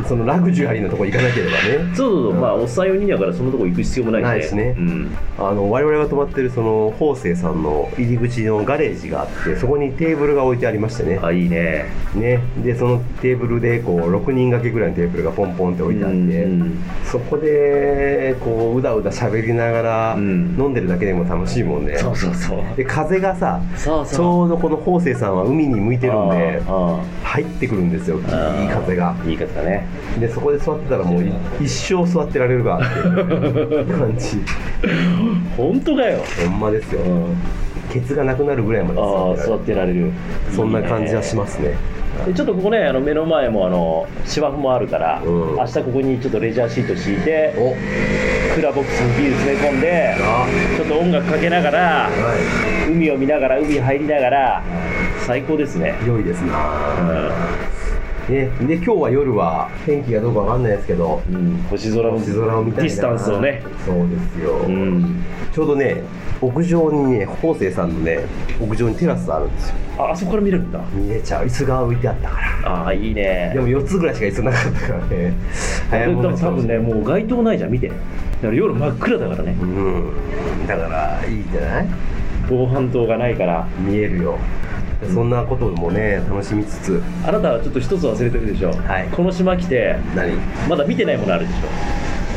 [SPEAKER 1] そのラグジュアリーのとこ行かなければね
[SPEAKER 5] そうそうそう、まあおっさん4人だからそんなとこ行く必要もないしね
[SPEAKER 1] ないですね
[SPEAKER 5] うん、
[SPEAKER 1] あの我々が泊まってるその方正さんの入り口のガレージがあってそこにテーブルが置いてありましてね
[SPEAKER 5] あいいね
[SPEAKER 1] ねでそのテーブルでこう6人掛けぐらいのテーブルがポンポンって置いてあって、
[SPEAKER 5] うん
[SPEAKER 1] そこでこううだうだ喋りながら
[SPEAKER 5] うん
[SPEAKER 1] 飲んでるだけでも楽しいもんね、
[SPEAKER 5] そうそうそう
[SPEAKER 1] で風がさ
[SPEAKER 5] そう
[SPEAKER 1] ちょうどこの方正さんは海に向いてるんで
[SPEAKER 5] あ
[SPEAKER 1] 入ってくるんですよいい
[SPEAKER 5] ああ
[SPEAKER 1] 風が
[SPEAKER 5] あいい方だね
[SPEAKER 1] でそこで座ってたらもうい一生座ってられるかっていう感
[SPEAKER 5] (laughs)
[SPEAKER 1] じ
[SPEAKER 5] 本当かよ、
[SPEAKER 1] ほんまですよ
[SPEAKER 5] うん、
[SPEAKER 1] ケツがなくなるぐらいまで
[SPEAKER 5] ああ
[SPEAKER 1] 座ってられ
[SPEAKER 5] 座ってられる
[SPEAKER 1] るそんな感じはしますね
[SPEAKER 5] いいでちょっとここねあの目の前もあの芝生もあるから、
[SPEAKER 4] うん
[SPEAKER 5] 明日ここにちょっとレジャーシート敷いて
[SPEAKER 4] お
[SPEAKER 5] クーラーボックスにビール詰め込んで
[SPEAKER 4] あ
[SPEAKER 5] ちょっと音楽かけながら海を見ながら海入りながら最高ですね、
[SPEAKER 4] 良いですな
[SPEAKER 5] う
[SPEAKER 4] ね、で今日は夜は天気がどうかわかんないですけど
[SPEAKER 5] んうん星空の
[SPEAKER 4] 星空を見たいな
[SPEAKER 5] ディスタンスをね
[SPEAKER 4] そうですよ、
[SPEAKER 5] うん
[SPEAKER 4] ちょうどね屋上にね方正さんのね屋上にテラスあるんですよ
[SPEAKER 5] ああそこから見れるんだ
[SPEAKER 4] 見えちゃう椅子が置いてあったから
[SPEAKER 5] ああいいね
[SPEAKER 4] でも4つぐらいしか椅子なかったからね早いもん勝ち
[SPEAKER 5] 多分ねもう街灯ないじゃん見てだから夜真っ暗だからね
[SPEAKER 4] うんだからいいんじゃない
[SPEAKER 5] 防犯灯がないから
[SPEAKER 4] 見えるよそんなこともね楽しみつつ
[SPEAKER 5] あなたはちょっと一つ忘れてるでしょ、
[SPEAKER 4] はい
[SPEAKER 5] この島来て
[SPEAKER 4] 何
[SPEAKER 5] まだ見てないものあるでし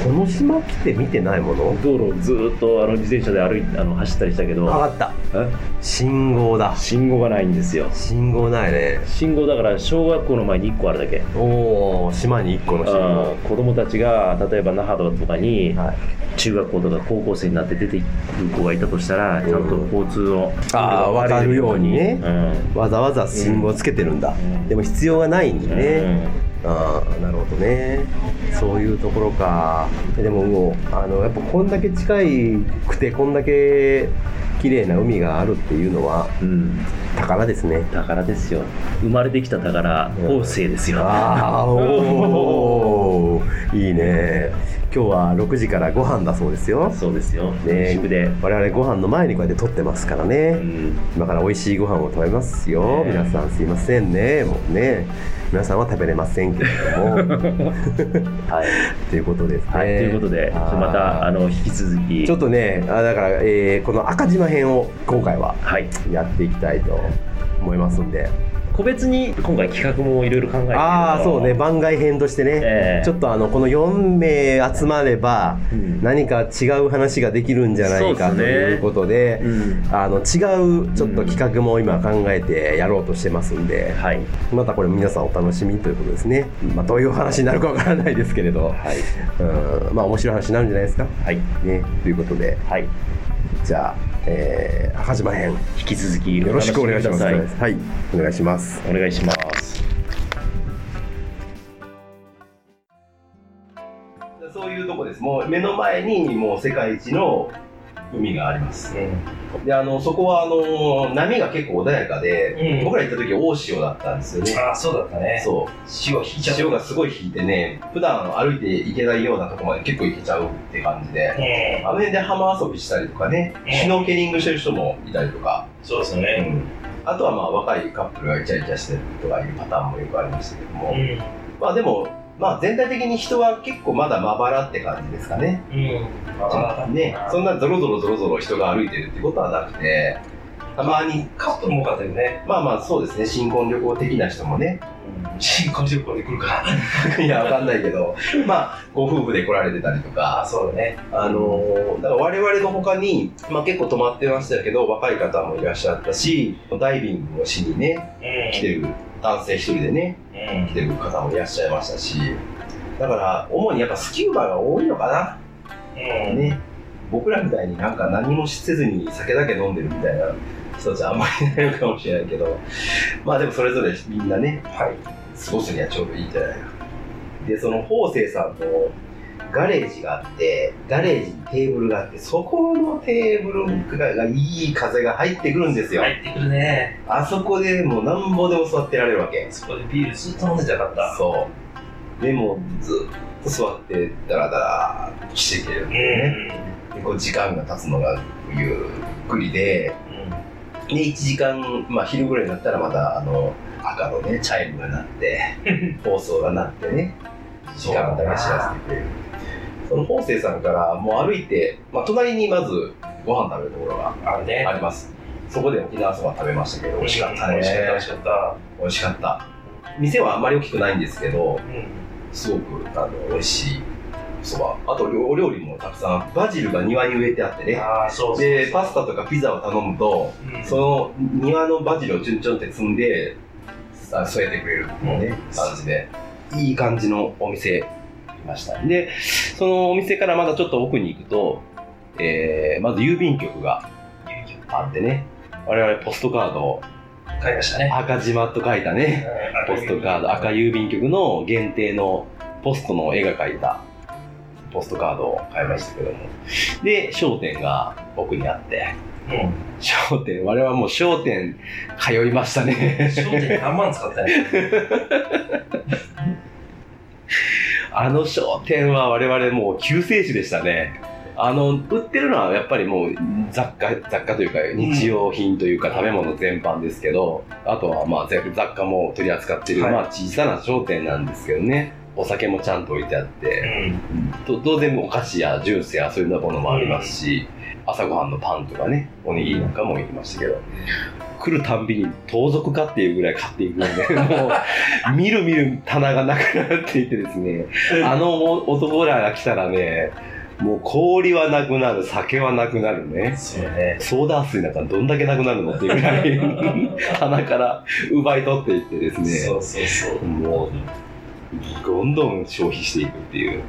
[SPEAKER 4] この島来て見てないもの
[SPEAKER 5] ょ道路をずーっとあの自転車で歩いあの走ったりしたけ
[SPEAKER 4] 分
[SPEAKER 5] ど
[SPEAKER 4] かった
[SPEAKER 5] え
[SPEAKER 4] 信号だ
[SPEAKER 5] 信号がないんですよ
[SPEAKER 4] 信号ないね
[SPEAKER 5] 信号だから小学校の前に1個あるだけ
[SPEAKER 4] おお島に1個の信
[SPEAKER 5] あ
[SPEAKER 4] 号
[SPEAKER 5] ー子供たちが例えば那覇とかに
[SPEAKER 4] はい
[SPEAKER 5] 中学校とか高校生になって出ていく子がいたとしたらちゃんと交通を
[SPEAKER 4] あー分かるようにね
[SPEAKER 5] うん
[SPEAKER 4] わざわざ信号つけてるんだ、
[SPEAKER 5] うん
[SPEAKER 4] でも必要がないんでね、
[SPEAKER 5] うん
[SPEAKER 4] ああなるほどねそういうところかでももうあのやっぱこんだけ近いくてこんだけ綺麗な海があるっていうのは
[SPEAKER 5] うん、
[SPEAKER 4] 宝ですね
[SPEAKER 5] 宝ですよ生まれてきた宝
[SPEAKER 4] うん
[SPEAKER 5] 後世ですよ
[SPEAKER 4] ああおおいいね今日は6時からご飯だそうですよ
[SPEAKER 5] そうですよ
[SPEAKER 4] ね
[SPEAKER 5] 宿で、
[SPEAKER 4] 我々ご飯の前にこうやって撮ってますからね、
[SPEAKER 5] (laughs) うん、
[SPEAKER 4] 今から美味しいご飯を食べますよ、
[SPEAKER 5] ねえ
[SPEAKER 4] 皆さんすいませんねもうね皆さんは食べれませんけれども
[SPEAKER 5] (laughs)
[SPEAKER 4] はいということですね、
[SPEAKER 5] はい、ということで
[SPEAKER 4] あー
[SPEAKER 5] またあの引き続き
[SPEAKER 4] ちょっとねあだから、えーこの赤島編を今回は
[SPEAKER 5] はい
[SPEAKER 4] やっていきたいと思いますんで、
[SPEAKER 5] 個別に今回企画もいろいろ考えてるの
[SPEAKER 4] ああそうね番外編としてね、
[SPEAKER 5] ええ
[SPEAKER 4] ちょっとあのこの4名集まれば
[SPEAKER 5] うん
[SPEAKER 4] 何か違う話ができるんじゃないか
[SPEAKER 5] そ
[SPEAKER 4] と
[SPEAKER 5] うですね
[SPEAKER 4] いうことで
[SPEAKER 5] うん
[SPEAKER 4] あの違うちょっと企画も今考えてやろうとしてますんで、
[SPEAKER 5] はい
[SPEAKER 4] またこれ皆さんお楽しみということですね、まあ、どういう話になるかわからないですけれど、
[SPEAKER 5] はい
[SPEAKER 4] うんまあ面白い話になるんじゃないですか、
[SPEAKER 5] はい、
[SPEAKER 4] ね、ということで
[SPEAKER 5] はい、
[SPEAKER 4] じゃあ、えー、赤島編よ
[SPEAKER 5] 引き続き
[SPEAKER 4] ろしくお願いします
[SPEAKER 5] お楽みくださ
[SPEAKER 4] はいお願いします
[SPEAKER 5] いお願いします
[SPEAKER 1] そういうとこです。もう目の前にもう世界一の海があります。で、あのそこはあの波が結構穏やかで、
[SPEAKER 2] うん
[SPEAKER 1] 僕ら行った時大潮だったんですよね。
[SPEAKER 2] ああ、そうだったね。
[SPEAKER 1] そう。
[SPEAKER 2] 潮引いちゃった。
[SPEAKER 1] 潮がすごい引いてね、普段歩いて行けないようなとこまで結構行けちゃうって感じで、
[SPEAKER 2] う
[SPEAKER 1] あの
[SPEAKER 2] ん
[SPEAKER 1] 辺で浜遊びしたりとかね、
[SPEAKER 2] うん
[SPEAKER 1] シュノーケリングしてる人もいたりとか、
[SPEAKER 2] そうですよね。
[SPEAKER 1] あとはまあ若いカップルがイチャイチャしてるとかいうパターンもよくありましたけども、
[SPEAKER 2] うん。
[SPEAKER 1] まあでも、まあ全体的に人は結構まだまばらって感じですかね。
[SPEAKER 2] うん。ああ、
[SPEAKER 1] ね
[SPEAKER 2] ね、、
[SPEAKER 1] そんなゾロゾロゾロゾロ人が歩いてるってことはなくて、たまに、
[SPEAKER 2] カップルも多かったよね。
[SPEAKER 1] まあまあそうですね、新婚旅行的な人もね、 (laughs)
[SPEAKER 2] 新婚旅行で来るから。
[SPEAKER 1] いや、わかんないけど、まあ、ご夫婦で来られてたりと
[SPEAKER 2] あ、
[SPEAKER 1] か、
[SPEAKER 2] そうだね。
[SPEAKER 1] あのーだから我々の他に、まあ結構泊まってましたけど、若い方もいらっしゃったし、ダイビングをしにね、
[SPEAKER 2] うん
[SPEAKER 1] 来てる、男性一人でね、来てる方もいらっしゃいましたし、だから、主にやっぱスキューバが多いのかな。
[SPEAKER 2] うん。うん。
[SPEAKER 1] ね、僕らみたいになんか何もせずに酒だけ飲んでるみたいな人じゃあんまりいないのかもしれないけどまあでもそれぞれみんなね
[SPEAKER 2] はい。
[SPEAKER 1] 過ごすにはちょうどいいんじゃないかでその方正さんのガレージがあってガレージにテーブルがあってそこのテーブルがいい風が入ってくるんですよ、
[SPEAKER 2] 入ってくるね。
[SPEAKER 1] あそこでもうなんぼでも座ってられるわけ
[SPEAKER 2] そこでビールずっと飲んでたかった。
[SPEAKER 1] そうでもずっと座ってダラダラっとしていけるんだよね、でこう時間が経つのがゆっくりで
[SPEAKER 2] う
[SPEAKER 1] で1時間、まあ、昼ぐらいになったらまたあの赤のねチャイムが鳴って (laughs)
[SPEAKER 2] ん。
[SPEAKER 1] 放送が鳴ってね時
[SPEAKER 2] そうだ
[SPEAKER 1] 間
[SPEAKER 2] な
[SPEAKER 1] を試し合わせてくれるその方正さんからもう歩いて、まあ、隣にまずご飯食べるところが
[SPEAKER 2] あるね。
[SPEAKER 1] ありますそこで沖縄そば食べましたけど美味しかったね
[SPEAKER 2] 美味しかった、美味しかった。
[SPEAKER 1] 美味しかった店はあんまり大きくないんですけど
[SPEAKER 2] うん。
[SPEAKER 1] すごくあの美味しいそばあとお料理もたくさんバジルが庭に植えてあってね
[SPEAKER 2] ああ、そうそう。
[SPEAKER 1] でパスタとかピザを頼むと
[SPEAKER 2] うん
[SPEAKER 1] その庭のバジルをちょんちょんって積んであ添えてくれるね感じでいい感じのお店いましたでそのお店からまだちょっと奥に行くと、えーまず郵便局があってね我々ポストカードを
[SPEAKER 2] 買いましたね。
[SPEAKER 1] 赤島と書いたね、ポストカード、赤郵便局の限定のポストの絵が描いたポストカードを買いましたけども。で、商店が奥にあって、
[SPEAKER 2] うん
[SPEAKER 1] 商店、我々はもう商店通いましたね。 (laughs)
[SPEAKER 2] 商店何万使ったんや
[SPEAKER 1] あの商店は我々もう救世主でしたね。あの売ってるのはやっぱりもう雑貨雑貨というか日用品というか食べ物全般ですけど、あとはまあ雑雑貨も取り扱ってる、
[SPEAKER 2] はい
[SPEAKER 1] まあ小さな商店なんですけどねお酒もちゃんと置いてあって、
[SPEAKER 2] う
[SPEAKER 1] と
[SPEAKER 2] ん
[SPEAKER 1] 当然お菓子やジュースやそういうようなものもありますし、朝ごはんのパンとかねおにぎりなんかも行きましたけど来るたんびに盗賊かっていうぐらい買ってい
[SPEAKER 2] (laughs)
[SPEAKER 1] くんでもうみるみる棚がなくなっていってですねあの男らが来たらね、もう氷はなくなる、酒はなくなるね。
[SPEAKER 2] そうね。
[SPEAKER 1] ソーダ水なんかどんだけなくなるのっていうぐらい
[SPEAKER 2] (laughs)
[SPEAKER 1] 棚から奪い取っていってですね
[SPEAKER 2] そうそうそう。
[SPEAKER 1] もうどんどん消費していくっていう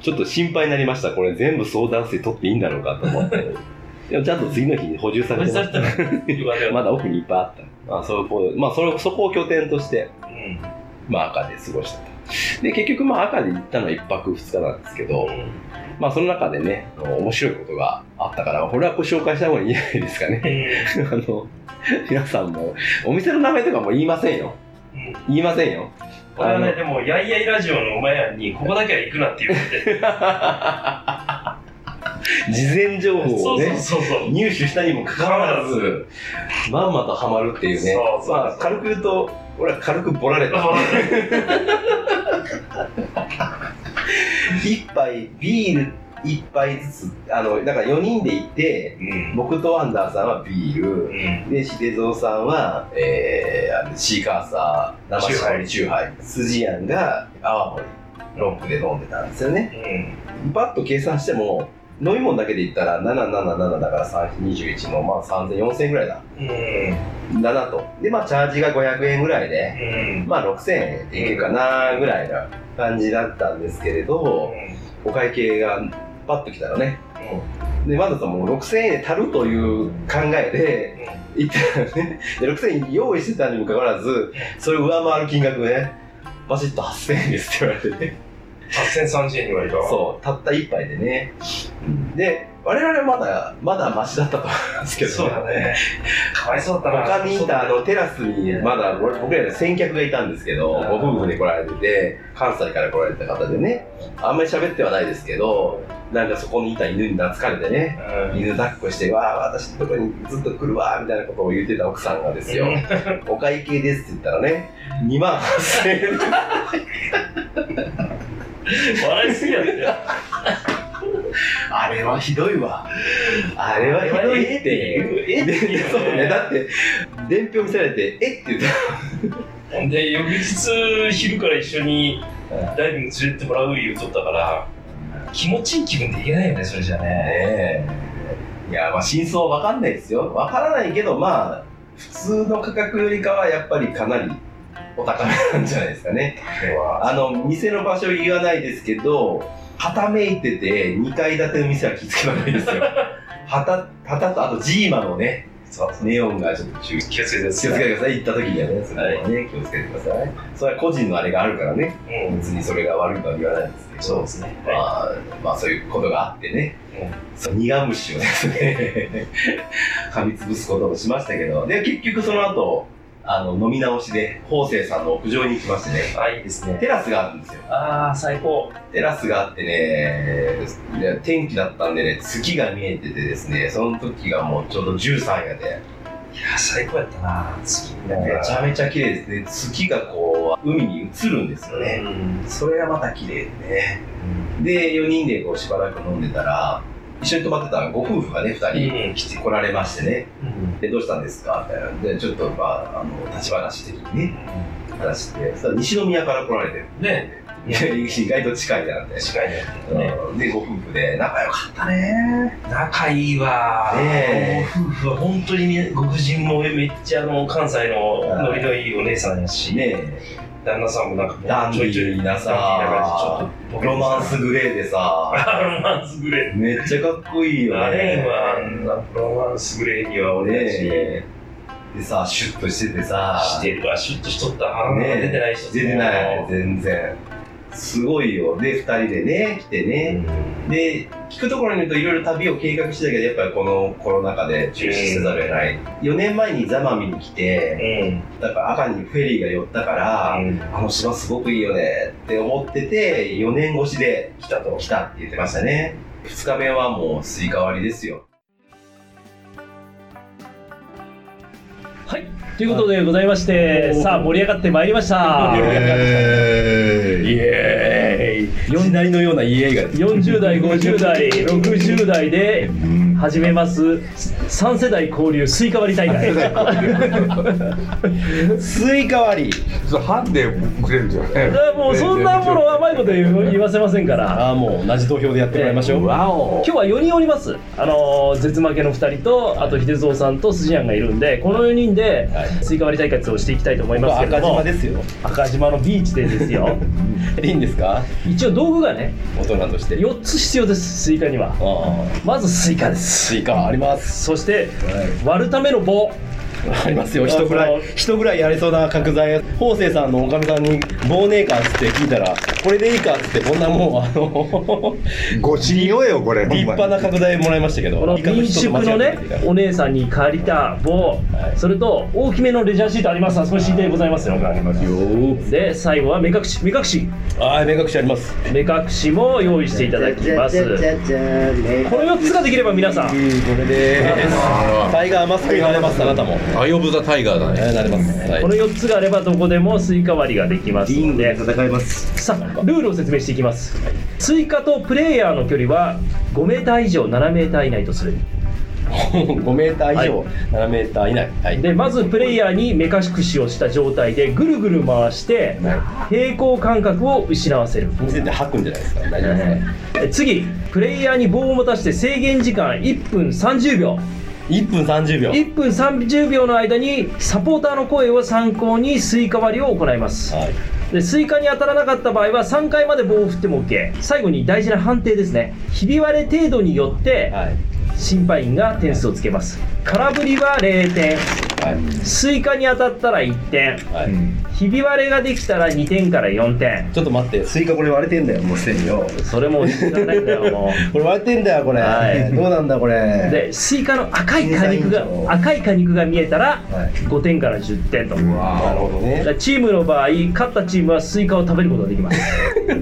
[SPEAKER 1] ちょっと心配になりましたこれ全部ソーダ水取っていいんだろうかと思って (laughs) でもちゃんと次の日に補充されてました
[SPEAKER 2] たら
[SPEAKER 1] まだ奥にいっぱいあった、まあ、そこまあそれそこを拠点として
[SPEAKER 2] うん。
[SPEAKER 1] まあ、赤で過ごしたと。で、結局、まあ、赤で行ったのは1泊2日なんですけど、まあ、その中でね、あの面白いことがあったから、これはご紹介した方がいいんじゃないですかね。 (laughs) あの、皆さんも、お店の名前とかも言いませんよ。
[SPEAKER 2] うん
[SPEAKER 1] 言いませんよ。
[SPEAKER 2] これはね、でも、やいやいラジオのお前らに、ここだけは行くなって言っ
[SPEAKER 1] (laughs)
[SPEAKER 2] て、
[SPEAKER 1] 事前情報
[SPEAKER 2] そ
[SPEAKER 1] を
[SPEAKER 2] うそう
[SPEAKER 1] ね、
[SPEAKER 2] そうそう。
[SPEAKER 1] 入手したにもかかわらず、まんまとハマるっていうね。
[SPEAKER 2] そうそうそう
[SPEAKER 1] まあ、軽く言うと、俺は軽くボラれ
[SPEAKER 2] (laughs)
[SPEAKER 1] た。一杯、ビール一杯ずつ、あの、だから4人で行って、
[SPEAKER 2] うん。
[SPEAKER 1] 僕とワンダーさんはビール、
[SPEAKER 2] うん。
[SPEAKER 1] で、シテゾウさんは、えー、あのシーカーサー、生搾りチューハイ、スジアンが泡盛、ロックで飲んでたんですよね。
[SPEAKER 2] うん。
[SPEAKER 1] バッと計算しても、飲み物だけで言ったら、777だから321の、まあ3000、4000ぐらいだ。
[SPEAKER 2] うん。
[SPEAKER 1] だなと。で、まあチャージが500円ぐらいで、
[SPEAKER 2] うん。
[SPEAKER 1] まあ6000円いけるかなぐらいな感じだったんですけれど、お会計がパッと来たらね、で、ワンダーさんも6000円で足るという考えで、 (laughs) 行ったらね、で6000円用意してたにもかかわらず、それを上回る金額で、バシッと8000円ですって言われてね、
[SPEAKER 2] 8030円に割りか。
[SPEAKER 1] そう、たった一杯でね、で、我々はまだ、まだマシだったと思うんですけど、
[SPEAKER 2] そうだね。かわいそうだったな。
[SPEAKER 1] 他にいたあのテラスにまだ僕僕らの先客がいたんですけど
[SPEAKER 2] うん
[SPEAKER 1] ご夫婦で来られてて関西から来られた方でねあんまり喋ってはないですけどなんかそこにいた犬に懐かれてね
[SPEAKER 2] うん。
[SPEAKER 1] 犬抱っこして「わあ私のとこにずっと来るわ」みたいなことを言ってた奥さんがですよお会計ですって言ったらね、2万8000円。
[SPEAKER 2] 笑いすぎやって。
[SPEAKER 1] あれはひどいわ。あれはひどいっていう。え (laughs) って
[SPEAKER 2] いう
[SPEAKER 1] そうね。だって、伝票見せられて、えって言った
[SPEAKER 2] ほんで翌日昼から一緒にダイビング連れてってもらう言うとったから気持ちいい気分でいけないよねそれじゃ
[SPEAKER 1] ら
[SPEAKER 2] ね
[SPEAKER 1] ね。いや、まあ、真相は分かんないですよ。分からないけど、まあ、普通の価格よりかは、やっぱりかなりお高めなんじゃないですかね。
[SPEAKER 2] これは
[SPEAKER 1] あの、店の場所言わないですけど、はためいてて、2階建ての店は気づけばいいですよ。はた、はたと、あとジーマのね、
[SPEAKER 2] そう
[SPEAKER 1] ネオンがちょっと注意
[SPEAKER 2] 気をつけて
[SPEAKER 1] 気をつけてください、行った時にはね、それはね、気をつけてください。それは個人のあれがあるからね、
[SPEAKER 2] うん
[SPEAKER 1] 別にそれが悪いとは言わないんですけど、
[SPEAKER 2] そうですね
[SPEAKER 1] まあ、まあ、そういうことがあってね、そう苦虫をですね、噛みつぶすこともしましたけど、で、結局その後、あの飲み直しで、方正さんの屋上に行きましてね、
[SPEAKER 2] あいいですね
[SPEAKER 1] テラスがあるんですよ。
[SPEAKER 2] ああ最高
[SPEAKER 1] テラスがあってね、で天気だったんでね、月が見えててですね、その時がもうちょうど13夜で、
[SPEAKER 2] いや最高やったな月見なが
[SPEAKER 1] め
[SPEAKER 2] ら
[SPEAKER 1] ちゃめちゃ綺麗ですね。月がこう、海に映るんですよね。
[SPEAKER 2] うん
[SPEAKER 1] それがまた綺麗でね。で、4人でこうしばらく飲んでたら、一緒に泊まってたご夫婦がね、2
[SPEAKER 2] うん
[SPEAKER 1] 人来て来られましてね。
[SPEAKER 2] うん
[SPEAKER 1] で、どうしたんですかみたいな。で、ちょっと、まあ、あの、立ち話的にね、話して、そしたら西宮から来られてる。
[SPEAKER 2] ね
[SPEAKER 1] で意外と近いじゃんって。
[SPEAKER 2] 近いねね
[SPEAKER 1] うんで、ご夫婦で仲良かったね。
[SPEAKER 2] 仲いいわ
[SPEAKER 1] ね
[SPEAKER 2] ご夫婦は本当にねご婦人もめっちゃあの関西のノリのいいお姉さんやし
[SPEAKER 1] ね
[SPEAKER 2] 旦那さんもなんか
[SPEAKER 1] ダンディーなさ、
[SPEAKER 2] ちょっと
[SPEAKER 1] ロマンスグレーで
[SPEAKER 2] (laughs)
[SPEAKER 1] さ、
[SPEAKER 2] ロマンスグレ
[SPEAKER 1] めっちゃかっこいい
[SPEAKER 2] ー
[SPEAKER 1] よね。
[SPEAKER 2] あれはロマンスグレーには俺たち
[SPEAKER 1] ね
[SPEAKER 6] でさシュッとしててさ
[SPEAKER 2] してるわシュッとしとった鼻が出てない人
[SPEAKER 6] 出てない全然すごいよで2人でね来てね、で聞くところによるといろいろ旅を計画してたけどやっぱりこのコロナ禍で中止せざるを得ない、4年前にザマミに来て
[SPEAKER 2] うん
[SPEAKER 6] だから赤にフェリーが寄ったから、あの島すごくいいよねって思ってて4年越しで来たと来たって言ってましたね2日目はもうスイカ割りですよ
[SPEAKER 5] はい、ということでございまして、さあ盛り上がってまいりました。
[SPEAKER 7] イエーイ四なりのような家が
[SPEAKER 5] 40代、50代、60代で始めます3世代交流スイカ割り大会。
[SPEAKER 1] スイカ割り
[SPEAKER 8] そうハンデくれるんじゃな
[SPEAKER 5] だ (laughs)
[SPEAKER 8] い
[SPEAKER 5] からもうそんなものはうまいこと言う言わせませんから。
[SPEAKER 1] ああもう同じ投票でやってもらいましょう、わお
[SPEAKER 5] 今日は4人おります、あのー絶負けの2人と、あと秀蔵さんと筋庵がいるんで、この4人でスイカ割り対決をしていきたいと思いますけれ
[SPEAKER 1] 赤
[SPEAKER 5] ど
[SPEAKER 1] 島
[SPEAKER 5] も、赤
[SPEAKER 1] ですよ
[SPEAKER 5] 島のビーチでで
[SPEAKER 1] (laughs)
[SPEAKER 5] すよ、
[SPEAKER 1] いいんですか
[SPEAKER 5] 一応道具がね、
[SPEAKER 1] 大人として
[SPEAKER 5] 4つ必要です、スイカには。
[SPEAKER 1] あ
[SPEAKER 5] まずスイカで
[SPEAKER 1] あ
[SPEAKER 5] す。
[SPEAKER 1] スイカあります
[SPEAKER 5] そして、割るための棒
[SPEAKER 1] ありますよ人ぐら
[SPEAKER 5] あ
[SPEAKER 1] い
[SPEAKER 5] そう
[SPEAKER 1] 人ぐらいやれそうな角材方正さんのおかみさんに「棒ねえか」っつって聞いたら「これでいいか」っつってこんなもんあの
[SPEAKER 8] ごちによえよこれ
[SPEAKER 1] 立派な角材もらいましたけど
[SPEAKER 5] この
[SPEAKER 1] イカと
[SPEAKER 5] 民
[SPEAKER 1] 人
[SPEAKER 5] 宿
[SPEAKER 1] と間違
[SPEAKER 5] の
[SPEAKER 1] え
[SPEAKER 5] ね
[SPEAKER 1] てた
[SPEAKER 5] お姉さんに借りた棒、それと大きめのレジャーシートありますあそこに敷いてございますよ
[SPEAKER 1] よー
[SPEAKER 5] で最後は目隠し目隠し
[SPEAKER 1] ああ目隠しあります
[SPEAKER 5] 目隠しも用意していただきますこの4つができれば皆さ
[SPEAKER 1] うんんこれでタイガーマスクになれますあなたも
[SPEAKER 8] アイオブザタイガーだ
[SPEAKER 1] え
[SPEAKER 8] ね
[SPEAKER 1] ーなれますはい
[SPEAKER 5] この4つがあればどこでもスイカ割りができますので
[SPEAKER 6] 戦います
[SPEAKER 5] さあルールを説明していきますスイカとプレイヤーの距離は 5m 以上 7m 以内とする
[SPEAKER 1] 5メーター以上7メーター以内はい
[SPEAKER 5] でまずプレイヤーに目隠しをした状態でぐるぐる回して平行感覚を失わせる
[SPEAKER 1] 見せて吐くんじゃないですか大丈夫ですか
[SPEAKER 5] え次プレイヤーに棒を持たして制限時間1分30秒
[SPEAKER 1] 1分30秒
[SPEAKER 5] 1分30秒の間にサポーターの声を参考にスイカ割りを行います
[SPEAKER 1] はい
[SPEAKER 5] でスイカに当たらなかった場合は3回まで棒を振っても OK 最後に大事な判定ですねひび割れ程度によって
[SPEAKER 1] はい
[SPEAKER 5] 審判員が点数をつけます空振りは0点
[SPEAKER 1] はい
[SPEAKER 5] スイカに当たったら1点
[SPEAKER 1] はい
[SPEAKER 5] ひび割れができたら2点から4点
[SPEAKER 1] ちょっと待ってスイカこれ割れてんだよもうすでによ
[SPEAKER 5] それもう知らないんだよもう
[SPEAKER 1] これ割れてんだよこれ、
[SPEAKER 5] はい
[SPEAKER 1] どうなんだこれ
[SPEAKER 5] (laughs) でスイカの赤い果肉
[SPEAKER 1] 計算以上
[SPEAKER 5] が赤い果肉が見えたら
[SPEAKER 1] はい
[SPEAKER 5] 5点から10点と
[SPEAKER 1] なるほど
[SPEAKER 5] だ
[SPEAKER 1] ね
[SPEAKER 5] からチームの場合勝ったチームはスイカを食べることができます
[SPEAKER 8] 負け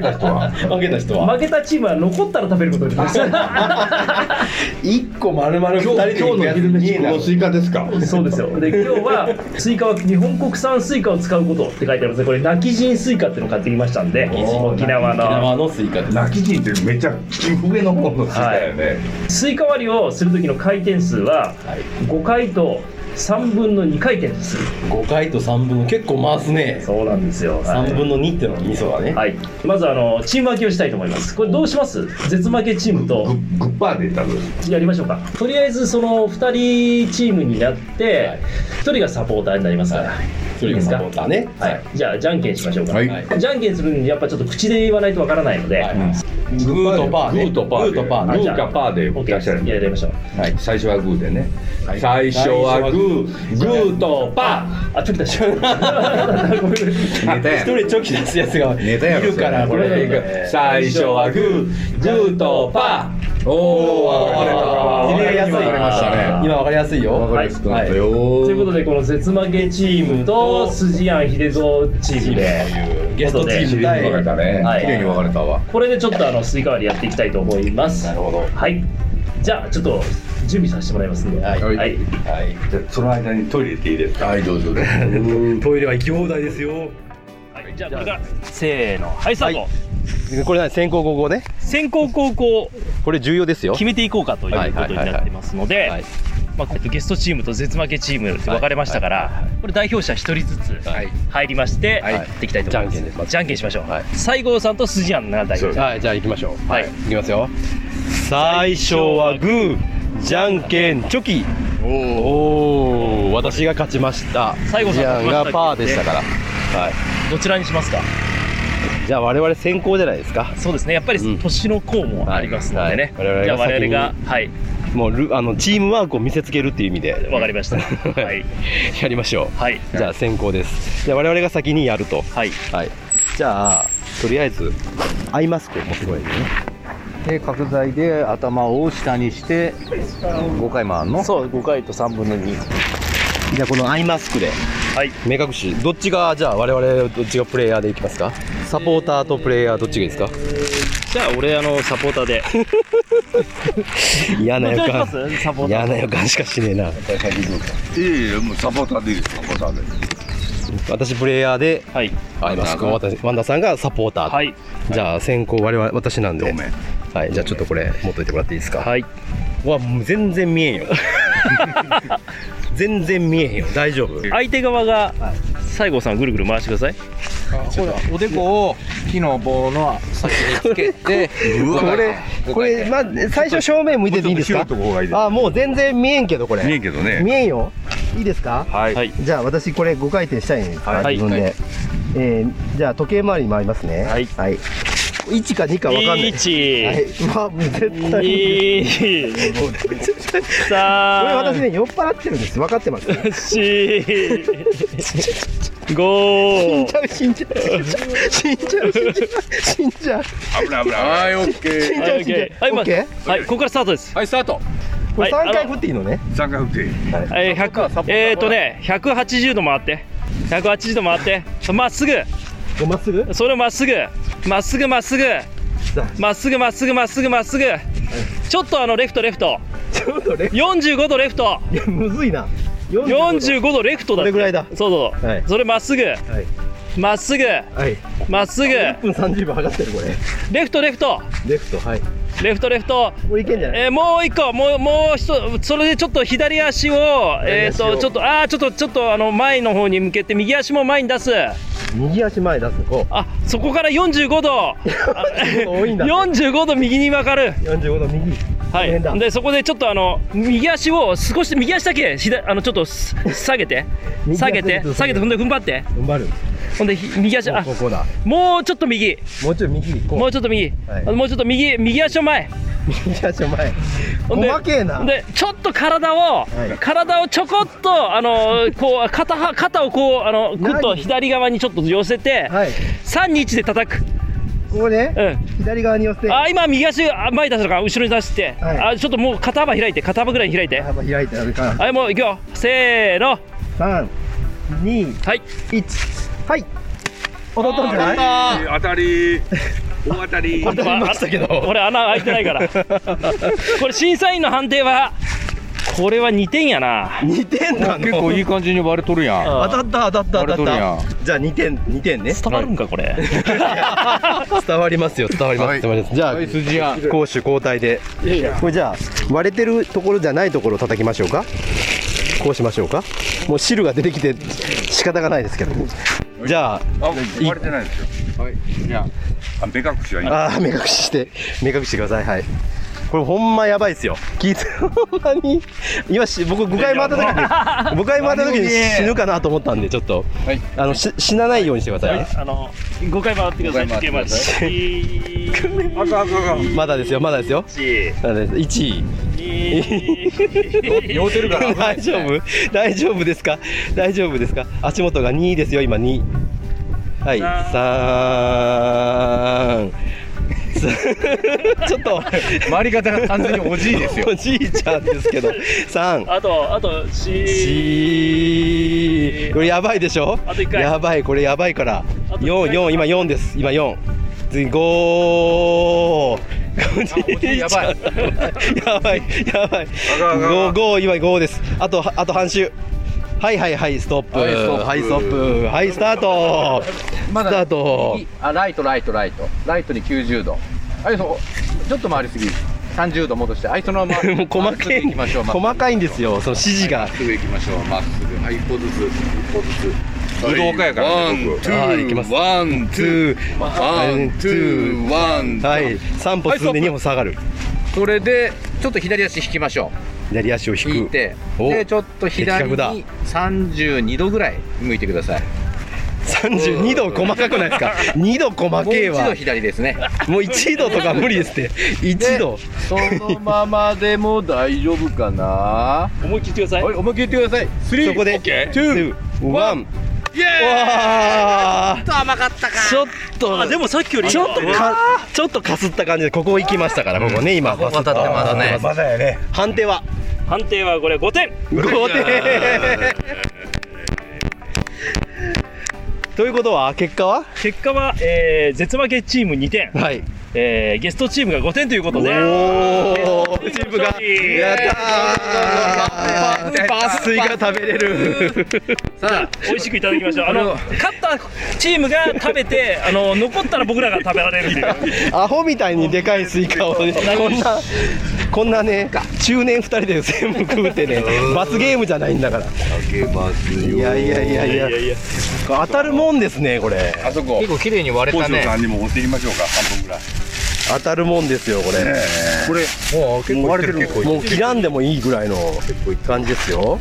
[SPEAKER 8] た人は
[SPEAKER 1] 負けた人は
[SPEAKER 5] 負けたチームは残ったら食べることができます
[SPEAKER 8] (laughs)
[SPEAKER 1] 1個丸々2人で行くやつ見えない
[SPEAKER 8] イカですか
[SPEAKER 5] そうですよで今日はスイカは日本国産スイカを使うことって書いてありますねこれ泣き人スイカっていうのを買ってきましたんで沖縄
[SPEAKER 1] 沖
[SPEAKER 5] の
[SPEAKER 1] 縄のスイカです
[SPEAKER 8] 泣き人ってめっちゃ上の方の人だよね、
[SPEAKER 5] スイカ割りをする時の回転数は5回と3分の2回転です
[SPEAKER 1] 5回と3分結構回すね
[SPEAKER 5] そうなんですよ
[SPEAKER 1] 3分の2ってのがミソだね、
[SPEAKER 5] はい、まずあのチーム分けをしたいと思います。これどうします？絶負けチームと
[SPEAKER 8] グッパーで言ったの
[SPEAKER 5] やりましょうか。とりあえずその2人チームになって、1人がサポーターになりますから。
[SPEAKER 1] それがサポーターね
[SPEAKER 5] はい、じゃあじゃんけんしましょうか。
[SPEAKER 8] はい
[SPEAKER 1] はい
[SPEAKER 5] じゃんけんするにやっぱちょっと口で言わないとわからないので、
[SPEAKER 1] はい
[SPEAKER 8] うん
[SPEAKER 1] グーとパーね
[SPEAKER 8] グーとパーで
[SPEAKER 1] グーとパーね
[SPEAKER 8] あグーかパーで
[SPEAKER 5] オッ
[SPEAKER 8] 出
[SPEAKER 5] ケ
[SPEAKER 8] したらい
[SPEAKER 5] ー
[SPEAKER 8] い
[SPEAKER 5] やりましょう。
[SPEAKER 8] はい最初はグーでね、最初はグーグーとパ
[SPEAKER 5] あ、ちょっと (laughs) 待って
[SPEAKER 1] 一
[SPEAKER 5] ごめんなさい
[SPEAKER 8] ーネタ
[SPEAKER 1] 人チョキ出すやつがい
[SPEAKER 8] ネタやろ
[SPEAKER 1] るからこ
[SPEAKER 8] それ
[SPEAKER 1] れ
[SPEAKER 8] 最初はグーグーとパーおお分かれた
[SPEAKER 1] 入れやすい
[SPEAKER 8] 分かれましたね
[SPEAKER 1] 今わかりやすいよ
[SPEAKER 8] 分かりやすくなったよ
[SPEAKER 5] ということでこの絶負けチームと筋庵秀蔵チームで
[SPEAKER 1] ゲストチーム
[SPEAKER 8] 分かれ
[SPEAKER 1] 対
[SPEAKER 8] たね、
[SPEAKER 5] はい
[SPEAKER 8] 綺麗に分かれたわ
[SPEAKER 5] これでちょっとあのスイカ割りやっていきたいと思います。
[SPEAKER 1] なるほど
[SPEAKER 5] はい。じゃあちょっと準備させてもらいますんで。
[SPEAKER 1] はい
[SPEAKER 8] はい
[SPEAKER 5] は
[SPEAKER 1] は
[SPEAKER 5] い。
[SPEAKER 1] い
[SPEAKER 8] じゃあその間にトイレ行っていいですかはいどうぞ
[SPEAKER 1] トイレは行き放題ですよ
[SPEAKER 5] はいじゃあこれからせーの。はいスタート。
[SPEAKER 1] これ何先行後攻ね
[SPEAKER 5] 先行後攻
[SPEAKER 1] これ重要ですよ
[SPEAKER 5] 決めていこうかということになってますの
[SPEAKER 1] はいはいはい
[SPEAKER 5] で、まあえっとゲストチームと絶負けチームって分かれましたから、これ代表者一人ずつ
[SPEAKER 1] はい
[SPEAKER 5] 入りまして
[SPEAKER 1] はい
[SPEAKER 5] やっていきたいと思います。
[SPEAKER 1] じゃんけんですまず
[SPEAKER 5] じゃんけんしましょう
[SPEAKER 1] はい。
[SPEAKER 5] 西郷さんと筋庵が代表者。
[SPEAKER 1] はいじゃあ行きましょう
[SPEAKER 5] はい
[SPEAKER 1] 行きますよ最初はグーじゃんけんチョキおお私が勝ちました
[SPEAKER 5] 最後さん
[SPEAKER 1] ジャンがパー
[SPEAKER 5] 勝ちま
[SPEAKER 1] で
[SPEAKER 5] し
[SPEAKER 1] したた
[SPEAKER 5] けど
[SPEAKER 1] から
[SPEAKER 5] ね
[SPEAKER 1] はい
[SPEAKER 5] どちらにしますか。
[SPEAKER 1] じゃあ我々先行じゃないですか
[SPEAKER 5] そうですね。やっぱり
[SPEAKER 1] うん
[SPEAKER 5] 年の功もありますのでね。
[SPEAKER 1] はいはい
[SPEAKER 5] じゃあ
[SPEAKER 1] 我
[SPEAKER 5] 我々
[SPEAKER 1] 々が
[SPEAKER 5] がはい
[SPEAKER 9] もうルあのチームワークを見せつけるっていう意味で
[SPEAKER 5] わかりま
[SPEAKER 1] (laughs)
[SPEAKER 5] した。はい。
[SPEAKER 9] やりましょう
[SPEAKER 5] はい。
[SPEAKER 9] じゃあ先行です。じゃあ我々が先にやると。
[SPEAKER 5] はい。
[SPEAKER 9] はい。じゃあ、とりあえず、アイマスクを持ってこいね。
[SPEAKER 1] で角材で頭を下にして5回回るの
[SPEAKER 10] そう5回と3分の2
[SPEAKER 9] じゃあこのアイマスクで、
[SPEAKER 5] はい。
[SPEAKER 9] 目隠し、どっちが、じゃあ我々どっちがプレイヤーでいきますかサポーターとプレイヤーどっちがいいですか
[SPEAKER 5] じゃあ、俺、あの、サポーターで。
[SPEAKER 9] 嫌な予
[SPEAKER 5] どっちがい
[SPEAKER 9] 感
[SPEAKER 5] き。ますサポーター。
[SPEAKER 9] 嫌な予感しかしねえな。
[SPEAKER 8] ええもうサポーターでいいですサポーターで
[SPEAKER 9] 私プレイヤーで、
[SPEAKER 5] はい。
[SPEAKER 9] アイマスクを渡しワンダさんがサポーターと。
[SPEAKER 5] はい。
[SPEAKER 9] じゃあ先行、我々、私なんで
[SPEAKER 8] ご。めん
[SPEAKER 9] はい。じゃあちょっとこれ持っといてもらっていいですか
[SPEAKER 5] はい。
[SPEAKER 9] うわ、もう全然見えんよ。全然見えへんよ。大丈夫。
[SPEAKER 5] 相手側が、西郷さんをぐるぐる回してください。
[SPEAKER 1] おでこを木の棒の先につけて
[SPEAKER 9] これ、これ、まあ、最初正面向いてていいです
[SPEAKER 8] ちょ
[SPEAKER 9] か
[SPEAKER 8] っと広いとこがいいです
[SPEAKER 9] あ、もう全然見えんけど、こ
[SPEAKER 8] 見え
[SPEAKER 9] れ。
[SPEAKER 8] んけどね
[SPEAKER 9] 見えんよ。いいですか
[SPEAKER 8] はい
[SPEAKER 5] はい
[SPEAKER 9] じゃあ、私これ5回転したいんですか自分で。えーじゃあ、時計回りに回りますね。
[SPEAKER 5] はい
[SPEAKER 9] はい。1か2か分かんない。は
[SPEAKER 5] 1、
[SPEAKER 9] い。まあ、もう絶対に。
[SPEAKER 5] 2、
[SPEAKER 9] これ私
[SPEAKER 5] 3、
[SPEAKER 9] ね、酔っ払ってるんです。分かってます。
[SPEAKER 5] 4、5、
[SPEAKER 9] (laughs) 死んじゃう、死んじゃう、死んじゃう、死んじゃう、
[SPEAKER 8] 危ない危ないはいオッケ
[SPEAKER 9] 死んじゃう、死んじゃう、死んじゃう。
[SPEAKER 5] はい、
[SPEAKER 9] オッケ
[SPEAKER 5] はい、ここからスタートです。
[SPEAKER 11] はいスタート
[SPEAKER 9] ーこれ
[SPEAKER 5] はい
[SPEAKER 9] 3回振っていいのね。
[SPEAKER 8] ー三角形
[SPEAKER 5] えー、100えーとね、180度回って、180度回って、まっすぐ、
[SPEAKER 9] まっ
[SPEAKER 5] (laughs)
[SPEAKER 9] すぐ
[SPEAKER 5] それをまっすぐ、まっすぐまっすぐ、まっすぐまっすぐまっすぐまっすぐ、ちょっとあのレフトレフト、
[SPEAKER 9] ちょっとね、
[SPEAKER 5] 45度レフト、
[SPEAKER 9] いやむずいな。
[SPEAKER 5] 45度レフトだって。
[SPEAKER 9] これぐらいだ
[SPEAKER 5] そうそうそう。
[SPEAKER 9] はい
[SPEAKER 5] それまっすぐ、まっすぐ、
[SPEAKER 9] はい。
[SPEAKER 5] まっすぐ、
[SPEAKER 9] 1分30秒測ってる、これ。
[SPEAKER 5] レフトレフト、
[SPEAKER 9] レフト、はい。
[SPEAKER 5] レフトレフト。
[SPEAKER 9] これいけんじゃない
[SPEAKER 5] えーもう一個、もう、もう一つ、それでちょっと左足を、えっ、と、ちょっと、ああ、ちょっと、ちょっと、あの、前の方に向けて、右足も前に出す。
[SPEAKER 9] 右足前出すこ
[SPEAKER 5] (laughs) あ、そこから45度。
[SPEAKER 9] 度多いんだ
[SPEAKER 5] 45度右に曲がる。
[SPEAKER 9] う45度右
[SPEAKER 5] は
[SPEAKER 9] 変だ
[SPEAKER 5] い。で、そこでちょっと、あの、右足を少し、右足だけ、ひだ、あの、ちょっとす、下げて。
[SPEAKER 9] 右足
[SPEAKER 5] 下げて
[SPEAKER 9] ちょっ、
[SPEAKER 5] 下
[SPEAKER 9] と下
[SPEAKER 5] げて、
[SPEAKER 9] げて
[SPEAKER 5] ほんで、踏ん張って。
[SPEAKER 9] 踏ん張る
[SPEAKER 5] ほんで、ひ右足、あ
[SPEAKER 9] こ、こだ
[SPEAKER 5] もうちょっと右。
[SPEAKER 9] もうちょい右こう
[SPEAKER 5] もうちょっと右。
[SPEAKER 9] はい
[SPEAKER 5] もうちょっと右、右足を前。
[SPEAKER 9] 右足前
[SPEAKER 5] ほ
[SPEAKER 9] お
[SPEAKER 5] んで
[SPEAKER 9] まけえな
[SPEAKER 5] でちょっと体を、
[SPEAKER 9] はい
[SPEAKER 5] 体をちょこっとあのこう肩は肩をこうあのグッと
[SPEAKER 9] 何
[SPEAKER 5] 左側にちょっと寄せて、
[SPEAKER 9] はい
[SPEAKER 5] 三二321で叩く、
[SPEAKER 9] ここね
[SPEAKER 5] う
[SPEAKER 9] 左側に寄せて
[SPEAKER 5] ん、あ今右足あ前に出したのか後ろに出して、
[SPEAKER 9] はい
[SPEAKER 5] あちょっともう肩幅開いて肩幅ぐらいに開いて、はい、
[SPEAKER 9] 幅開いてあるから
[SPEAKER 5] もういくよせーの
[SPEAKER 9] 321
[SPEAKER 5] はい
[SPEAKER 9] はい踊ったんじゃない
[SPEAKER 8] 当たり大当たり
[SPEAKER 5] 当たりましたけど俺穴開いてないからこれ審査員の判定はこれは2点やな
[SPEAKER 9] 2点な
[SPEAKER 11] 結構いい感じに割れとるやん
[SPEAKER 9] 当たった当たった当たったじゃあ2点2点ね
[SPEAKER 5] 伝わるんかこれ
[SPEAKER 9] (laughs) 伝わりますよ伝わります伝わりますじゃあ
[SPEAKER 11] はい筋や
[SPEAKER 9] 攻守交代でこれじゃあ割れてるところじゃないところを叩きましょうかこうしましょうかもう汁が出てきて仕方がないですけどもじゃあ
[SPEAKER 8] あ割れてないですよはいじゃあ目隠しはいい
[SPEAKER 9] あー目隠しして目隠してくださいはいこれほんまやばいっすよ聞いて (laughs) ほんまに今し僕5回回った時に5回回った時に死ぬかなと思ったんでちょっと、
[SPEAKER 11] はい
[SPEAKER 9] あのし死なないようにしてくださいね、
[SPEAKER 5] あの5回回ってください
[SPEAKER 11] 五回回ってくだ
[SPEAKER 5] 時計回り
[SPEAKER 8] あ
[SPEAKER 11] (laughs)
[SPEAKER 8] かんあかんあかん
[SPEAKER 9] まだですよまだですよ
[SPEAKER 5] 1
[SPEAKER 9] まだです1位 (laughs)
[SPEAKER 11] 酔うてるから危ない
[SPEAKER 9] 大
[SPEAKER 11] で
[SPEAKER 9] 丈
[SPEAKER 11] すね
[SPEAKER 9] 夫大丈夫ですか大丈夫ですか足元が2位ですよ今2はい3 (laughs) ちょっと
[SPEAKER 11] 回り方が完全におじいですよ
[SPEAKER 9] おじいちゃんですけど3
[SPEAKER 5] あとあと4
[SPEAKER 9] C これやばいでしょ
[SPEAKER 5] あと一回
[SPEAKER 9] やばいこれやばいから
[SPEAKER 5] あと一回
[SPEAKER 9] 44今4です今4次5
[SPEAKER 11] やばい
[SPEAKER 9] やばいやばい
[SPEAKER 8] あかんあかん
[SPEAKER 9] 5五今5ですあとあと半周はいはいはいストップ
[SPEAKER 11] はいストップ
[SPEAKER 9] はいストップはいスタート
[SPEAKER 1] まだ
[SPEAKER 9] スタート
[SPEAKER 1] 右あライトライトライトライトに90度はいそうちょっと回りすぎ30度戻してはいそのま
[SPEAKER 11] (laughs)
[SPEAKER 1] ま
[SPEAKER 9] もう細か
[SPEAKER 1] まっすぐ
[SPEAKER 9] い
[SPEAKER 1] 行きましょうまっすぐ
[SPEAKER 9] 細かいんですよその指示が
[SPEAKER 8] まっすぐ行きましょうまっすぐはい一歩ずつ一歩ずつ武道家やから
[SPEAKER 11] ワ
[SPEAKER 8] ね
[SPEAKER 11] ン
[SPEAKER 8] 僕
[SPEAKER 11] ツ
[SPEAKER 9] あーいきます
[SPEAKER 11] ーワンツーワンツーワンツー
[SPEAKER 9] はい3歩進んで2歩下がる
[SPEAKER 1] それでちょっと左足引きましょ
[SPEAKER 9] 左足を
[SPEAKER 1] う引
[SPEAKER 9] 引
[SPEAKER 1] い
[SPEAKER 9] く
[SPEAKER 1] て
[SPEAKER 9] お
[SPEAKER 1] でちょっと左
[SPEAKER 9] 的確だ
[SPEAKER 1] に32度ぐらい向いてください
[SPEAKER 9] 32度細かくないで
[SPEAKER 12] (laughs)
[SPEAKER 9] すか2度細けえ
[SPEAKER 12] もう一度
[SPEAKER 9] わ
[SPEAKER 12] 左ですね
[SPEAKER 9] もう1度とか無理ですって1度
[SPEAKER 12] そのままでも大丈夫かな
[SPEAKER 13] 思い切ってください
[SPEAKER 12] おい思い切ってください3
[SPEAKER 9] そこで
[SPEAKER 12] オッケー
[SPEAKER 9] ワン
[SPEAKER 12] イエーイ
[SPEAKER 9] わ
[SPEAKER 12] ち
[SPEAKER 9] あ
[SPEAKER 12] ょっと甘かったか
[SPEAKER 9] ちょっと
[SPEAKER 5] あでもさっきより
[SPEAKER 9] ちょっとかちょっとかすった感じでここ行きましたからここね今
[SPEAKER 12] ここ渡ってますね
[SPEAKER 9] まだやね判定は
[SPEAKER 13] 判定はこれ5点
[SPEAKER 9] 5点ということは結果は
[SPEAKER 13] 結果は、えー、絶負けチーム2点、
[SPEAKER 9] はい
[SPEAKER 13] えー、ゲストチームが5点ということで
[SPEAKER 9] おおチームがやったーパースイカ食べれる
[SPEAKER 12] さあ
[SPEAKER 13] 美味しくいただきましょうあの勝ったチームが食べてあの残ったら僕らが食べられるっていう
[SPEAKER 9] アホみたいにでかいスイカをねこんなこんなね中年2人で全部食うてね罰ゲームじゃないんだから
[SPEAKER 8] けますよ
[SPEAKER 9] いやいやいやいや当たるもんですねこれ
[SPEAKER 8] あそこ
[SPEAKER 12] 結構綺麗に割れ
[SPEAKER 8] 高
[SPEAKER 12] た
[SPEAKER 8] 城
[SPEAKER 12] ね
[SPEAKER 8] さんにも持っていきましょうか半分ぐらい
[SPEAKER 9] 当たるもんですよこれ、
[SPEAKER 8] これ
[SPEAKER 9] 結構割れてるもう切らんでもいいぐらいの感じですよ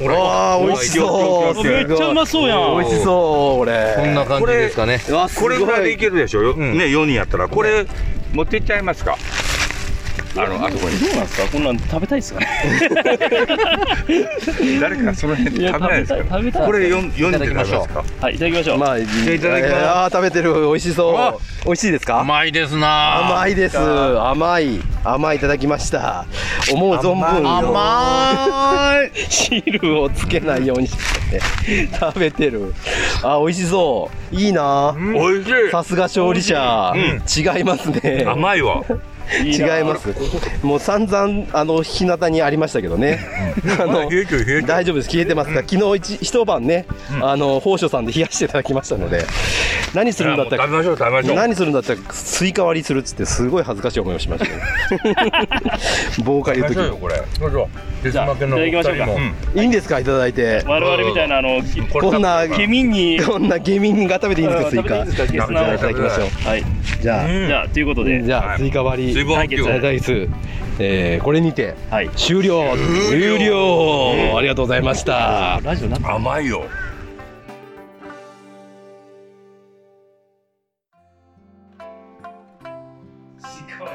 [SPEAKER 9] わあ美味しそう
[SPEAKER 8] うわめ
[SPEAKER 13] っちゃうまそうやん
[SPEAKER 9] 美味しそうこれ
[SPEAKER 12] こんな感じですかね
[SPEAKER 9] わす
[SPEAKER 8] こ
[SPEAKER 9] ご
[SPEAKER 8] れぐらいでいけるでしょよ
[SPEAKER 12] ん
[SPEAKER 8] ね4人やったらこれ持っていっちゃいますかあのあそこに
[SPEAKER 5] どうなんですかこんなん食べたいっすかね
[SPEAKER 8] (laughs) 誰かその辺で食べないですか
[SPEAKER 13] 食べたい
[SPEAKER 8] これ4人で食べま
[SPEAKER 12] いただ
[SPEAKER 8] す
[SPEAKER 12] き
[SPEAKER 8] か
[SPEAKER 13] はいいただきましょう、
[SPEAKER 9] まあい
[SPEAKER 8] ゃあいただきます
[SPEAKER 9] あー食べてる美味しそう美味しいですか
[SPEAKER 12] 甘いですな
[SPEAKER 9] 甘いです甘い甘いいただきました思う存分
[SPEAKER 12] 甘い
[SPEAKER 9] 汁をつけないようにして、食べてるあ美味しそういいな
[SPEAKER 8] おいしい
[SPEAKER 9] さすが勝利者、違いますね
[SPEAKER 8] 甘いわ
[SPEAKER 9] 違いますもう散々あの日向にありましたけどねあの
[SPEAKER 8] 冷えてる冷えてる
[SPEAKER 9] 大丈夫です消えてますが昨日一一晩ねあの宝所さんで冷やしていただきましたので何するんだった
[SPEAKER 8] いや
[SPEAKER 9] ら
[SPEAKER 8] もう食べましょう食べましょう
[SPEAKER 9] 何するんだったらスイカ割りするっつってすごい恥ずかしい思いをしましたけどボーカル
[SPEAKER 8] 食べま
[SPEAKER 9] の時
[SPEAKER 8] しょうよこれどうぞ
[SPEAKER 13] じゃあいただきましょうか
[SPEAKER 9] いいんですかいただいて
[SPEAKER 13] 我々みたいなあの
[SPEAKER 9] こんな
[SPEAKER 13] ケミに
[SPEAKER 9] こんなゲミンが食べていいんですかスイカ
[SPEAKER 13] 食べていいんですかゲス
[SPEAKER 9] じゃあいた
[SPEAKER 13] ナ
[SPEAKER 9] だきましょう
[SPEAKER 13] ーはい
[SPEAKER 9] じゃあ、
[SPEAKER 13] じゃあということで
[SPEAKER 9] じゃあスイカ割り
[SPEAKER 8] 水分補
[SPEAKER 9] 対
[SPEAKER 8] 給
[SPEAKER 9] 決対決えーこれにて
[SPEAKER 13] はい
[SPEAKER 9] 終了終了ありがとうございました
[SPEAKER 13] ラジオな
[SPEAKER 8] 甘いよ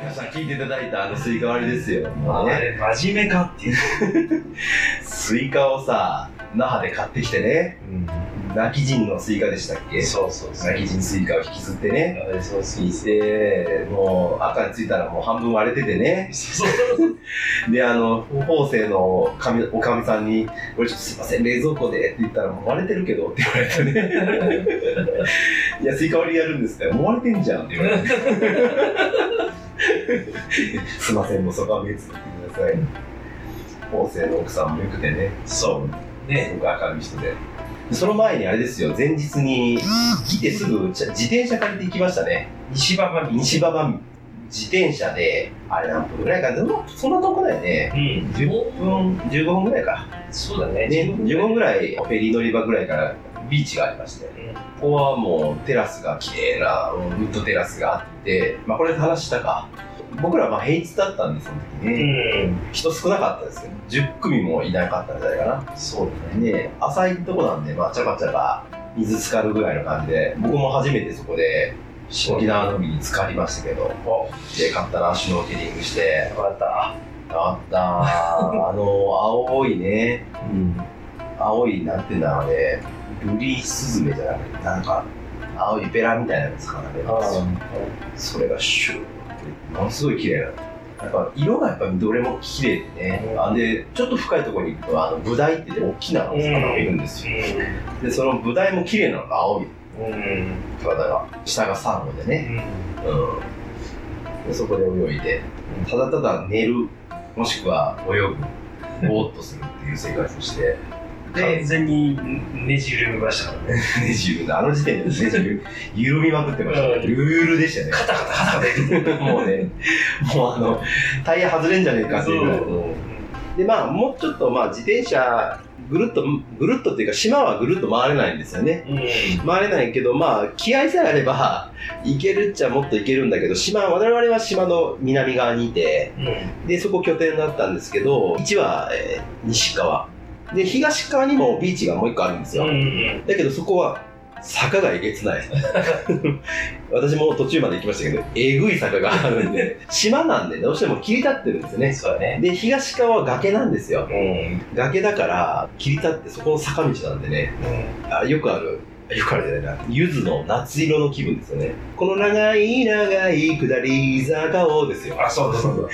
[SPEAKER 1] 皆さん聞いていただいたあのスイカ割りですよあ
[SPEAKER 2] あ
[SPEAKER 1] のね
[SPEAKER 2] れ真面目かっていう
[SPEAKER 1] スイカをさ那覇で買ってきてね、泣き人のスイカでしたっけ
[SPEAKER 2] そうそうそ
[SPEAKER 1] 泣き人スイカを引きずってね
[SPEAKER 2] あれそうそう
[SPEAKER 1] 引いてもう赤についたらもう半分割れててね
[SPEAKER 2] そう
[SPEAKER 1] であの法政のかみおかみさんに「これちょっとすいません冷蔵庫で」って言ったら「もう割れてるけど」って言われてね「いやスイカ割りやるんですってもう割れてんじゃん」って言われて「すいませんもうそこは目つぶってください」法政の奥さんもよくてねそうねすごく明るい人で。でその前にあれですよ、前日に来てすぐちゃ自転車借りて行きましたね。
[SPEAKER 2] 西馬場
[SPEAKER 1] 西馬場自転車で、あれ何分ぐらいかな、でもそんなとこだよね。
[SPEAKER 2] うん
[SPEAKER 1] 10分、15分ぐらいか。
[SPEAKER 2] そうだね
[SPEAKER 1] ね、15分ぐらい、フェリー乗り場ぐらいからビーチがありまして、ここはもうテラスが綺麗な、ウッドテラスがあって、まあこれで話したか。僕らまあ平日だったんです、その時
[SPEAKER 2] う
[SPEAKER 1] ね。
[SPEAKER 2] ん
[SPEAKER 1] 人少なかったですけど、10組もいなかったんじゃないかな。そうですね。ね浅いとこなんで、まあちゃかちゃか水浸かるぐらいの感じで、僕も初めてそこで、沖縄の海に浸かりましたけど、で、買ったな、シュノーケリングして、
[SPEAKER 2] 分かった
[SPEAKER 1] あったーあの青いね、青いなんていうんだろうねルリスズメじゃなくてなんか青いベラみたいなやつかなそれがシューってものすごい綺麗なのやっぱ色がやっぱりどれも綺麗でね、あでちょっと深いところに行くとあのブダイってね大きなお魚がいるんですよ、でそのブダイも綺麗なのが青い
[SPEAKER 2] うんうん
[SPEAKER 1] 体が下がサンゴでね、うん、そこで泳いでただただ寝るもしくは泳ぐぼーっとするっていう生活をして
[SPEAKER 2] 完
[SPEAKER 1] で
[SPEAKER 2] 全にねじれましたからね
[SPEAKER 1] (laughs) ねじるあの時点でねじる緩みまくってましたね
[SPEAKER 2] うん
[SPEAKER 1] ルールでしたねカタカタカタもうねもうあのタイヤ外れんじゃねえかっていうぐらいのでまあもうちょっとまあ自転車ぐるっとぐるっとっていうか島はぐるっと回れないんですよね
[SPEAKER 2] うん
[SPEAKER 1] 回れないけど、まあ、気合さえあれば、行けるっちゃもっと行けるんだけど、島、我々は島の南側にいて、で、そこ拠点だったんですけど、1は、えー西側。で、東側にもビーチがもう1個あるんですよ。
[SPEAKER 2] うんうん
[SPEAKER 1] だけど、そこは、坂がえげつない私も途中まで行きましたけどえぐい坂があるんで島なんでどうしても切り立ってるんですねで東側は崖なんですよ、崖だから切り立ってそこの坂道なんでね、あよくあるよくあるじゃないな柚子の夏色の気分ですよねこの長い長い下り坂をですよあそうそうそう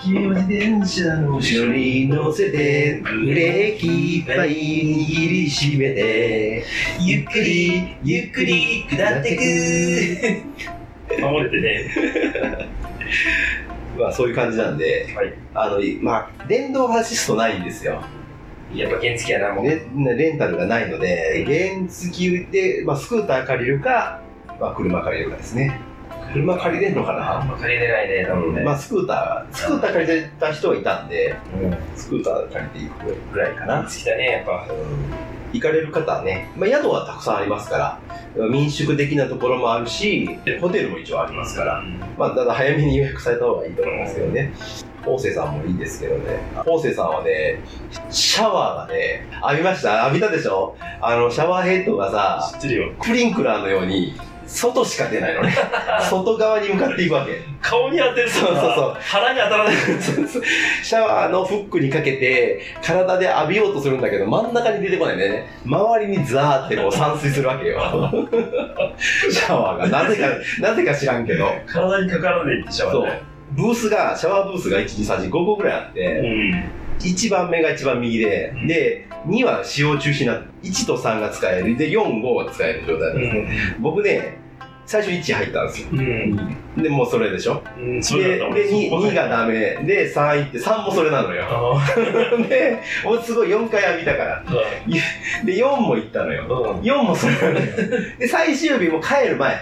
[SPEAKER 1] 君は自転車の後ろに乗せてブレーキいっぱい握りしめてゆっくりゆっくり下ってく守れてね (laughs) まあそういう感じなんで、あのいまあ電動アシストないんですよやっぱ原付やなもうレレンタルがないので原付で、まあ、スクーター借りるか、まあ、車借りるかですね車借りれんのかな借りれないね多分ね、まあ、スクータースクーター借りてた人はいたんで、スクーター借りていくぐらいかな好きだねやっぱ、行かれる方はね、まあ、宿はたくさんありますから民宿的なところもあるしホテルも一応ありますから、まあ、ただ早めに予約された方がいいと思いますけどね方正さんもいいですけどね方正さんはねシャワーがね浴びました浴びたでしょあのシャワーヘッドがさプリンクラーのように外しか出ないのね外側に向かっていくわけ (laughs) 顔に当てるそうそうそう腹に当たらないシャワーのフックにかけて体で浴びようとするんだけど真ん中に出てこないね周りにザーってこう散水するわけよシャワーがなぜかなぜか知らんけど体にかからないってシャワーねブースがシャワーブースが1235個ぐらいあって、1番目が一番右で、で2は使用中止な1と3が使えるで45が使える状態なんですね、僕ね最初1入ったんですよ、でもうそれでしょ、
[SPEAKER 2] それだと思う
[SPEAKER 1] でで 2,
[SPEAKER 2] そこだよ
[SPEAKER 1] がダメで3行って3もそれなのよ (laughs) でもうすごい4回浴びたから、で4も行ったのよ、4もそれなのよ
[SPEAKER 2] (laughs)
[SPEAKER 1] で最終日も帰る前、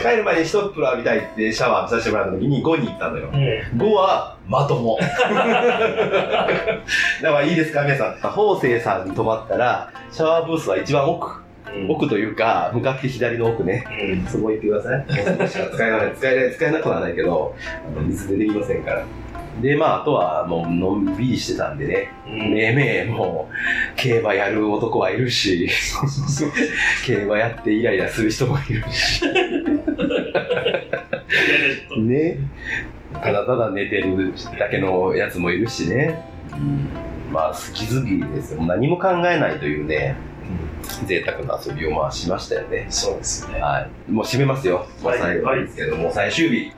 [SPEAKER 1] 帰る前に一袋浴びたいってシャワー浴びさせてもらった時に5に行ったのよ、5はまと (laughs) もだからいいですか皆さん方正さんに泊まったらシャワーブースは一番奥、奥というか向かって左の奥ね、そこ行ってくださいもうそこしか使えない使えない使えなくはないけどあの水でできませんからでまあ、あとはもうのんびりしてたんでね、めいめいもう競馬やる男はいるし (laughs) 競馬やってイライラする人もいるしねただただ寝てるだけのやつもいるしね、まあ好き好きですよ何も考えないというね、贅沢な遊びをまあしましたよねそうですね、はい、もう締めますよ、まあ、最後ですけども、最終日、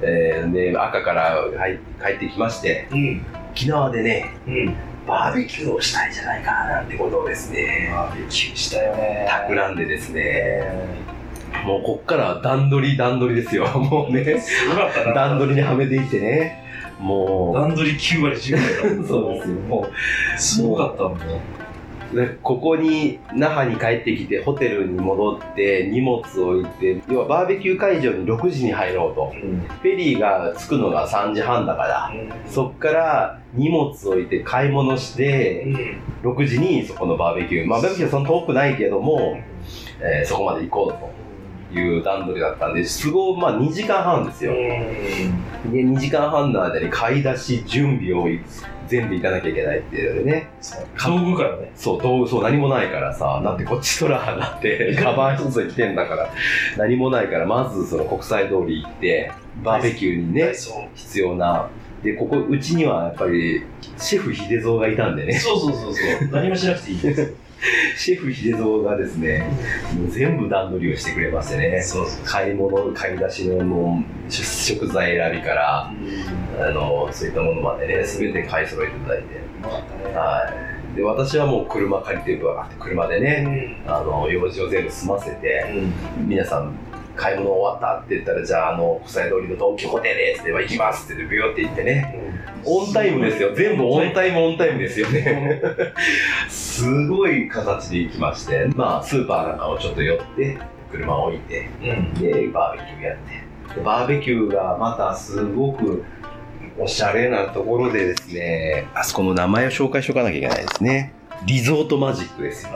[SPEAKER 1] えーで赤から入っ帰ってきまして、沖縄でね、バーベキューをしたいじゃないかなんてことをですねバーベキューしたよね企んでですねもうこっから段取り段取りですよ (laughs) もうね (laughs) 段取りにはめていってねもう段取り9割10割だそうですよもうすごかったもんねでここに那覇に帰ってきてホテルに戻って荷物を置いて要はバーベキュー会場に6時に入ろうと、フェリーが着くのが3時半だから、そっから荷物置いて買い物して、6時にそこのバーベキューまあバーベキューはそんな遠くないけども、えーそこまで行こうと。いう段取りだったんで都合まあ2時間半ですよで2時間半の間に買い出し準備を全部行かなきゃいけないっていうのでね道具からねそう道具そう何もないからさだってこっちとらだ
[SPEAKER 2] (laughs)
[SPEAKER 1] ってカバン一つで来てんだから何もないからまずその国際通り行ってバーベキューにね必要なでここうちにはやっぱりシェフ秀蔵がいたんでね
[SPEAKER 2] そうそうそうそう何もしなくていいです
[SPEAKER 1] (laughs) シェフ秀蔵がですね、もう全部段取りをしてくれましてね、買い物、買い出しのもう食食材選びから、あのそういったものまでね、すべて買い揃えていただいて、はいで私はもう車借りてるわけで車でね、あの用事を全部済ませて、皆さん、買い物終わったって言ったら、じゃあ、あの国際通りの東京ホテルですって言えば行きますって言って、ビューって行ってね、オンタイムですよ、全部オンタイム、オンタイムですよね。 (laughs) すごい形で行きまして、まあ、スーパーなんかをちょっと寄って、車を置いて、で、バーベキューやって、でバーベキューがまたすごくおしゃれなところでですね、あそこの名前を紹介しとかなきゃいけないですね。リゾートマジックですよ。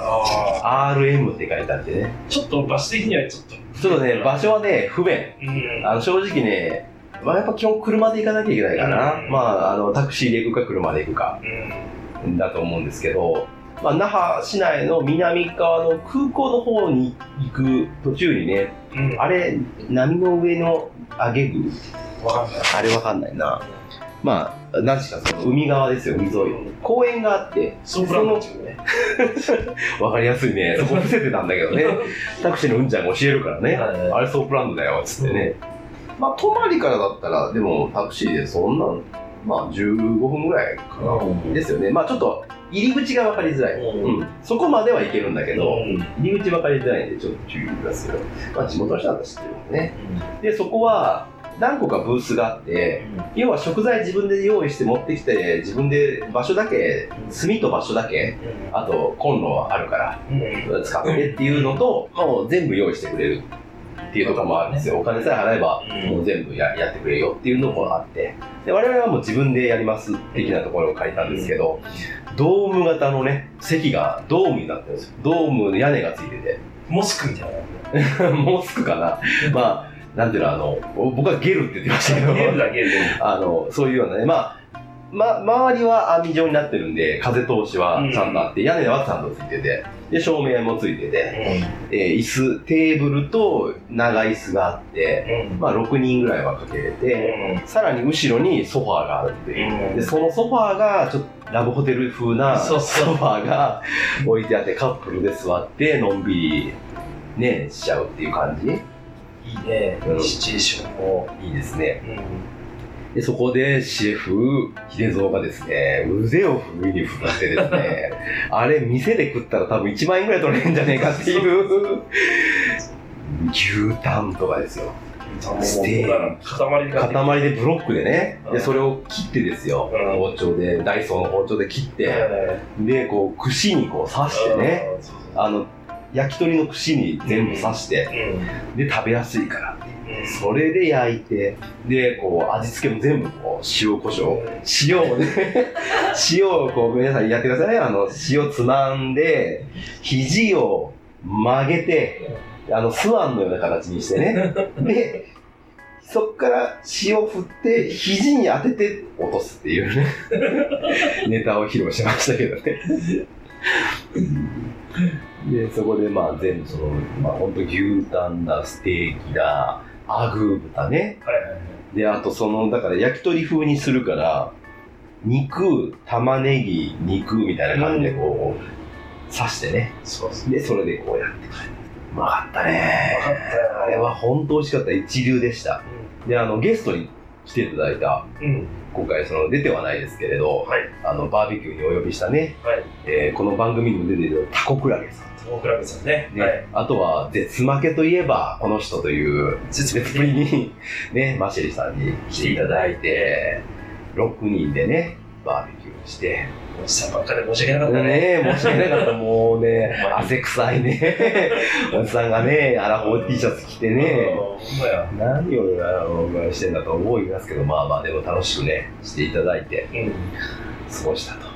[SPEAKER 1] RM って書いてあってね。
[SPEAKER 2] ちょっと場所的にはちょっと
[SPEAKER 1] ちょっとね、場所はね、不便。あの正直ね、まあ、やっぱ基本車で行かなきゃいけないからな。まあ、あの、タクシーで行くか車で行くか。だと思うんですけど、まあ、那覇市内の南側の空港の方に行く途中にね、あれ波の上の上げ具あれわかんないなまあ何しかその海側ですよ海沿い公園があってそのわかりやすいねそこ伏せてたんだけどねタクシーのうんちゃんが教えるからねあれソープランドだよっつってね、まあ泊まりからだったらでもタクシーでそんなんまあ15分ぐらいかな、ですよねまあちょっと入り口が分かりづらい、うんそこまではいけるんだけど、入り口分かりづらいんでちょっと注意がする、まあ、地元の人は知ってるもんね、でそこは何個かブースがあって、要は食材自分で用意して持ってきて自分で場所だけ炭と場所だけ、あとコンロはあるから、使ってっていうのと、もう全部用意してくれるっていうところもあるんですよ、お金さえ払えば、もう全部ややってくれるよっていうのもあって、で我々はもう自分でやります的なところを借りたんですけど、ドーム型のね、席がドームになってるんですよ、ドームの屋根がついてて、モスクみたいな、 (laughs) モスクかな、まあ、なんていうの、あの僕はゲルって言ってましたけど、ゲルだゲルあのそういうようなね、まあ、ま、周りは網状になってるんで、風通しはちゃんとあって、屋根はちゃんとついてて、で、照明もついてて、えー椅子、テーブルと長椅子があって、まあ、6人ぐらいはかけれて、さらに後ろにソファーがあるっていう。で、そのソファーが、ちょっと、ラブホテル風なソファーが置いてあって、カップルで座って、のんびり、ね、しちゃうっていう感じ。いいね、シチュエーションもいいですね、でそこでシェフ秀蔵がですね腕を振りに振ってですねあれ店で食ったら多分1万円ぐらい取れるんじゃねえかっていう牛タンとかですよステーキ塊でブロックでねでそれを切ってですよ、包丁でダイソーの包丁で切って、でこう串にこう刺してね、あの焼き鳥の串に全部刺して、で食べやすいからってそれで焼いてでこう味付けも全部こう塩コショウ塩をね (laughs) 塩をこう皆さんやってくださいねあの塩つまんで肘を曲げてあのスワンのような形にしてねでそっから塩振って肘に当てて落とすっていうね (laughs) ネタを披露しましたけどねでそこでまあ全部その、まあ、本当牛タンだステーキだアグー豚ね、であとそのだから焼き鳥風にするから肉玉ねぎ肉みたいな感じでこう、刺してねでそれでこうやって帰ってうまかったねあれは本当美味しかった一流でした、であのゲストに来ていただいた今回その出てはないですけれど、あのバーベキューにお呼びしたね、えーこの番組にも出てるタコクラゲさん
[SPEAKER 2] 大倉さんね
[SPEAKER 1] ねあとは絶負けといえばこの人という (laughs) 絶ぶりに、ね、マシェリさんに来ていただいて6人でねバーベキューをして
[SPEAKER 2] おじさんばっかで申し訳なかったね
[SPEAKER 1] ねえ申し訳なかったもうね汗臭い (laughs) ねおじさんがねアラフォー T シャツ着てね何をアラフォーしてんだと思いますけどまあまあでも楽しくねしていただいて過ごしたと。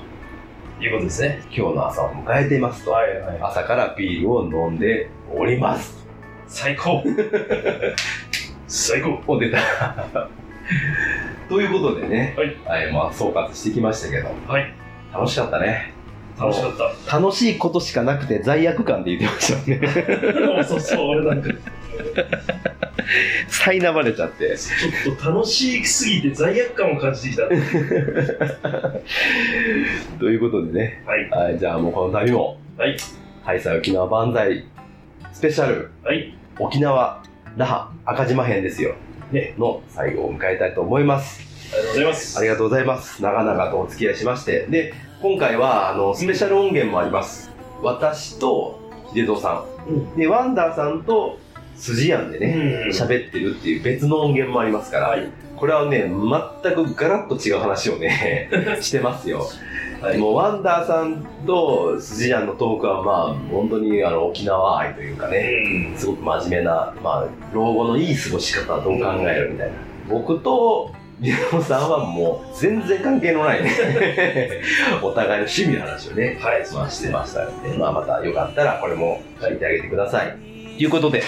[SPEAKER 1] いうことですね今日の朝を迎えていますと、朝からビールを飲んでおります最高最高お出たということでね、はいまあ、総括してきましたけど、楽しかったね
[SPEAKER 2] 楽しかった
[SPEAKER 1] た楽しいことしかなくて罪悪感で言ってましたね (laughs)
[SPEAKER 2] そうそう俺なんか
[SPEAKER 1] 苛まれちゃって
[SPEAKER 2] ちょっと楽しすぎて罪悪感を感じてきた
[SPEAKER 1] ということでね、はいじゃあもうこの旅も「はい、ハイサイ沖縄万歳スペシャル」沖縄那覇赤島編」ですよ、ね、の最後を迎えたいと思いますありがとうございますありがとうございます長々とお付き合いしましてで今回はあのスペシャル音源もあります、私と秀蔵さん、でワンダーさんと筋やんでね喋、ってるっていう別の音源もありますから、これはね全くガラッと違う話を (laughs) ねしてますよ、もうワンダーさんと筋やんのトークはまあ本当にあの沖縄愛というかね、すごく真面目な、まあ、老後のいい過ごし方と考えるみたいな、僕と宮本さんはもう全然関係の (laughs) ないねお互いの趣味の話をね、まあ、してましたので、まあ、またよかったらこれも聞いてあげてください、ということで、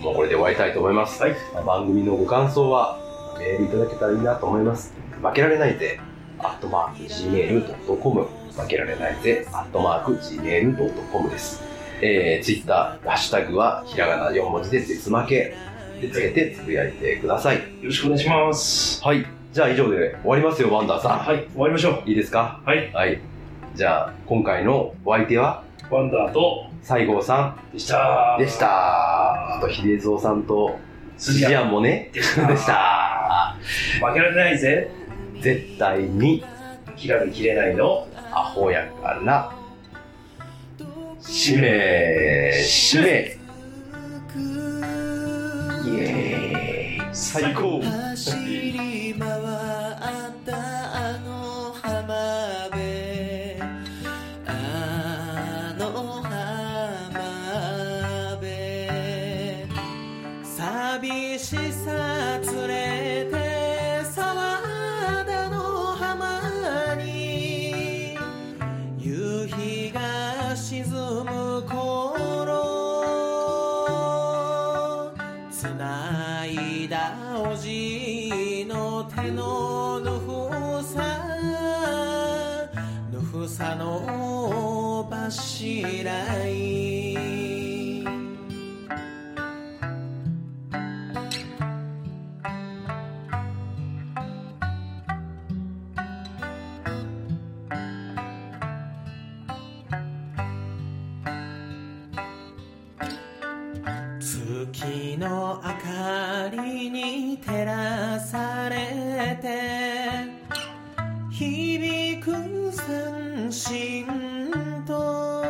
[SPEAKER 1] もうこれで終わりたいと思います、まあ番組のご感想はメールいただけたらいいなと思います負けられないぜ gmail.com 負けられないぜ、アットマーク Gmail.com です。えー、ツイッター、ハッシュタグはひらがな4文字で絶負けでつけてつぶやいてください。よろしくお願いします。はい。じゃあ以上で終わりますよ、ワンダーさん。はい、終わりましょう。いいですかはい。はい。じゃあ、今回のお相手はワンダーと西郷さんでした。でした。あと、秀蔵さんとスジアンもね、でした。負けられないぜ。絶対に、ひらめきれないの、アホやから、しめしめイエーイ最高
[SPEAKER 14] 走り回ったあの浜辺あの浜辺寂しさ連れて沢田の浜に夕日が沈む頃つないだおじいの手のぬふさぬふさの柱い月の明かりに照らされて響く三振と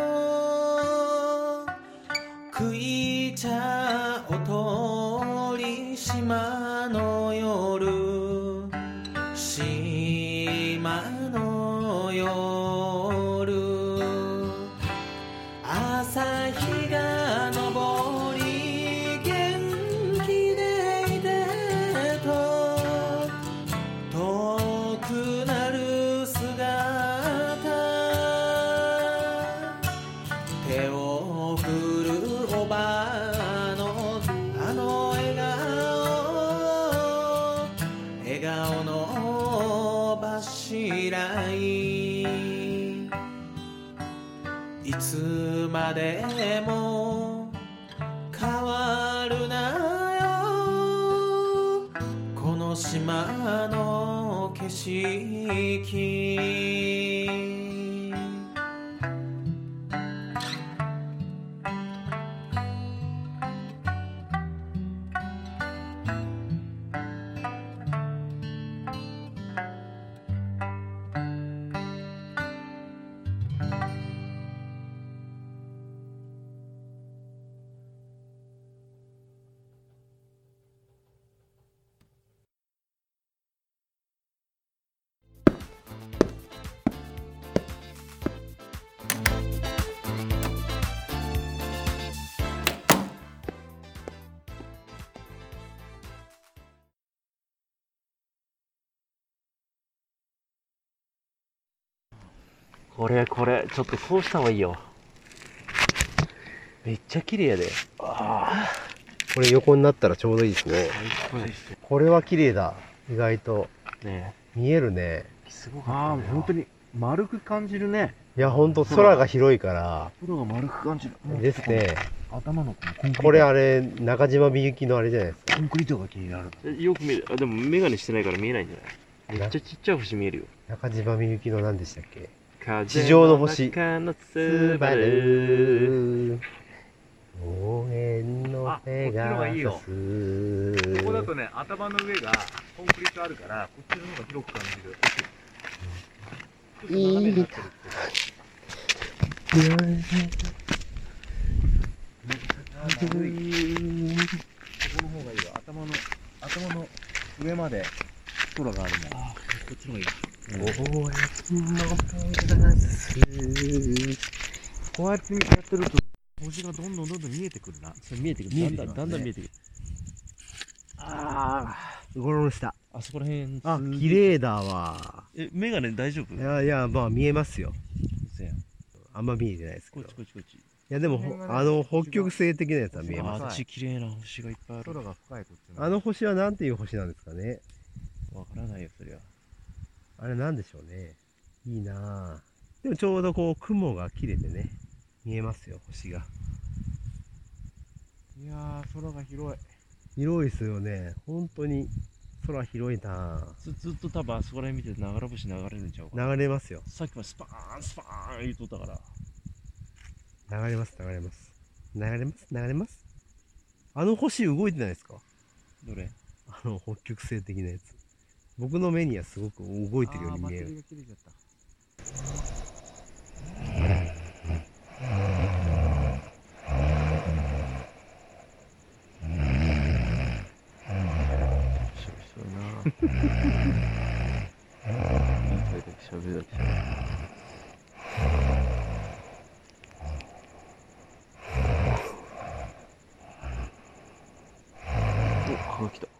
[SPEAKER 14] 食い茶お通り島の夜島の夜朝日が昇り元気でいてと遠くなる姿手を振るおばあのあの笑顔笑顔の柱いいつまでも変わるなよこの島の景色
[SPEAKER 5] これこれ、ちょっとこうした方がいいよ。めっちゃ綺麗やで。あ
[SPEAKER 4] これ横になったらちょうどいいですね
[SPEAKER 5] 高です
[SPEAKER 4] これは綺麗だ意外と
[SPEAKER 5] ね
[SPEAKER 4] 見えるね
[SPEAKER 5] すご
[SPEAKER 4] ああ本当に
[SPEAKER 15] 丸く感じるね。
[SPEAKER 4] いや本当空が広いから
[SPEAKER 15] 黒が丸く感じる。
[SPEAKER 4] ですね
[SPEAKER 15] 頭のこのコンクリート
[SPEAKER 4] これあれ中島みゆきのあれじゃないですか
[SPEAKER 15] コンクリートが気になる。
[SPEAKER 5] よく見える。あ、でもメガネしてないから見えないんじゃないめっちゃちっちゃい星見えるよ。
[SPEAKER 4] 中島みゆきの何でしたっけ
[SPEAKER 5] 風
[SPEAKER 4] 地上の星
[SPEAKER 5] 中の
[SPEAKER 4] ス
[SPEAKER 5] ス
[SPEAKER 4] バ
[SPEAKER 5] バ
[SPEAKER 4] ル
[SPEAKER 5] ル
[SPEAKER 4] 応援の手が
[SPEAKER 15] あこっちの
[SPEAKER 4] さ
[SPEAKER 15] 方
[SPEAKER 4] す
[SPEAKER 15] ここだとね、頭の上がコンクリートあるから、こっちの方が広く感じる。
[SPEAKER 14] いい
[SPEAKER 15] ここの方がいいわ。頭の、頭の上まで空があるもん。こっちの方がいい。
[SPEAKER 4] 応援の手がす
[SPEAKER 15] こうやってやってると、星がどんどんどんどん見えてくるな。見えてく
[SPEAKER 16] だんだんだんだん見えてくる。あ
[SPEAKER 15] ゴロゴロした。
[SPEAKER 16] あそこら辺
[SPEAKER 4] あ綺麗だわ
[SPEAKER 16] えメガネ大丈夫
[SPEAKER 4] いやいやまあ見えますよ
[SPEAKER 16] 嘘や
[SPEAKER 4] あんま見えてないですけ
[SPEAKER 16] こっ
[SPEAKER 4] ど
[SPEAKER 16] ちこっちこっち
[SPEAKER 4] いやでもほあの北極星的なやつは見え
[SPEAKER 16] あ
[SPEAKER 4] ま
[SPEAKER 16] っ
[SPEAKER 4] す
[SPEAKER 16] ち綺麗な星がいっぱいある
[SPEAKER 15] 空が深いこっち
[SPEAKER 4] あの星はなんていう星なんですかね
[SPEAKER 16] わからないよそりゃ
[SPEAKER 4] あれなんでしょうねいいなぁ
[SPEAKER 9] でもちょうどこう雲が切れてね、見えますよ、星が。
[SPEAKER 17] いやー、空が広い。
[SPEAKER 9] 広いですよね。本当に空広いな
[SPEAKER 14] ずずっと多分あそこら辺見て流れ星流れるんちゃうかな
[SPEAKER 9] 流れますよ。
[SPEAKER 14] さっきまでスパーンスパーン言うとったから
[SPEAKER 9] 流れます、流れます。流れます、流れます。あの星動いてないですか
[SPEAKER 14] どれ
[SPEAKER 9] あの、北極星的なやつ。僕の目にはすごく動いてるように見
[SPEAKER 17] あ
[SPEAKER 9] え
[SPEAKER 17] ーバッテリー
[SPEAKER 9] る。
[SPEAKER 17] が切れちゃった。
[SPEAKER 14] 面白いないい声だけ喋るだけ喋るお、ハガキだ。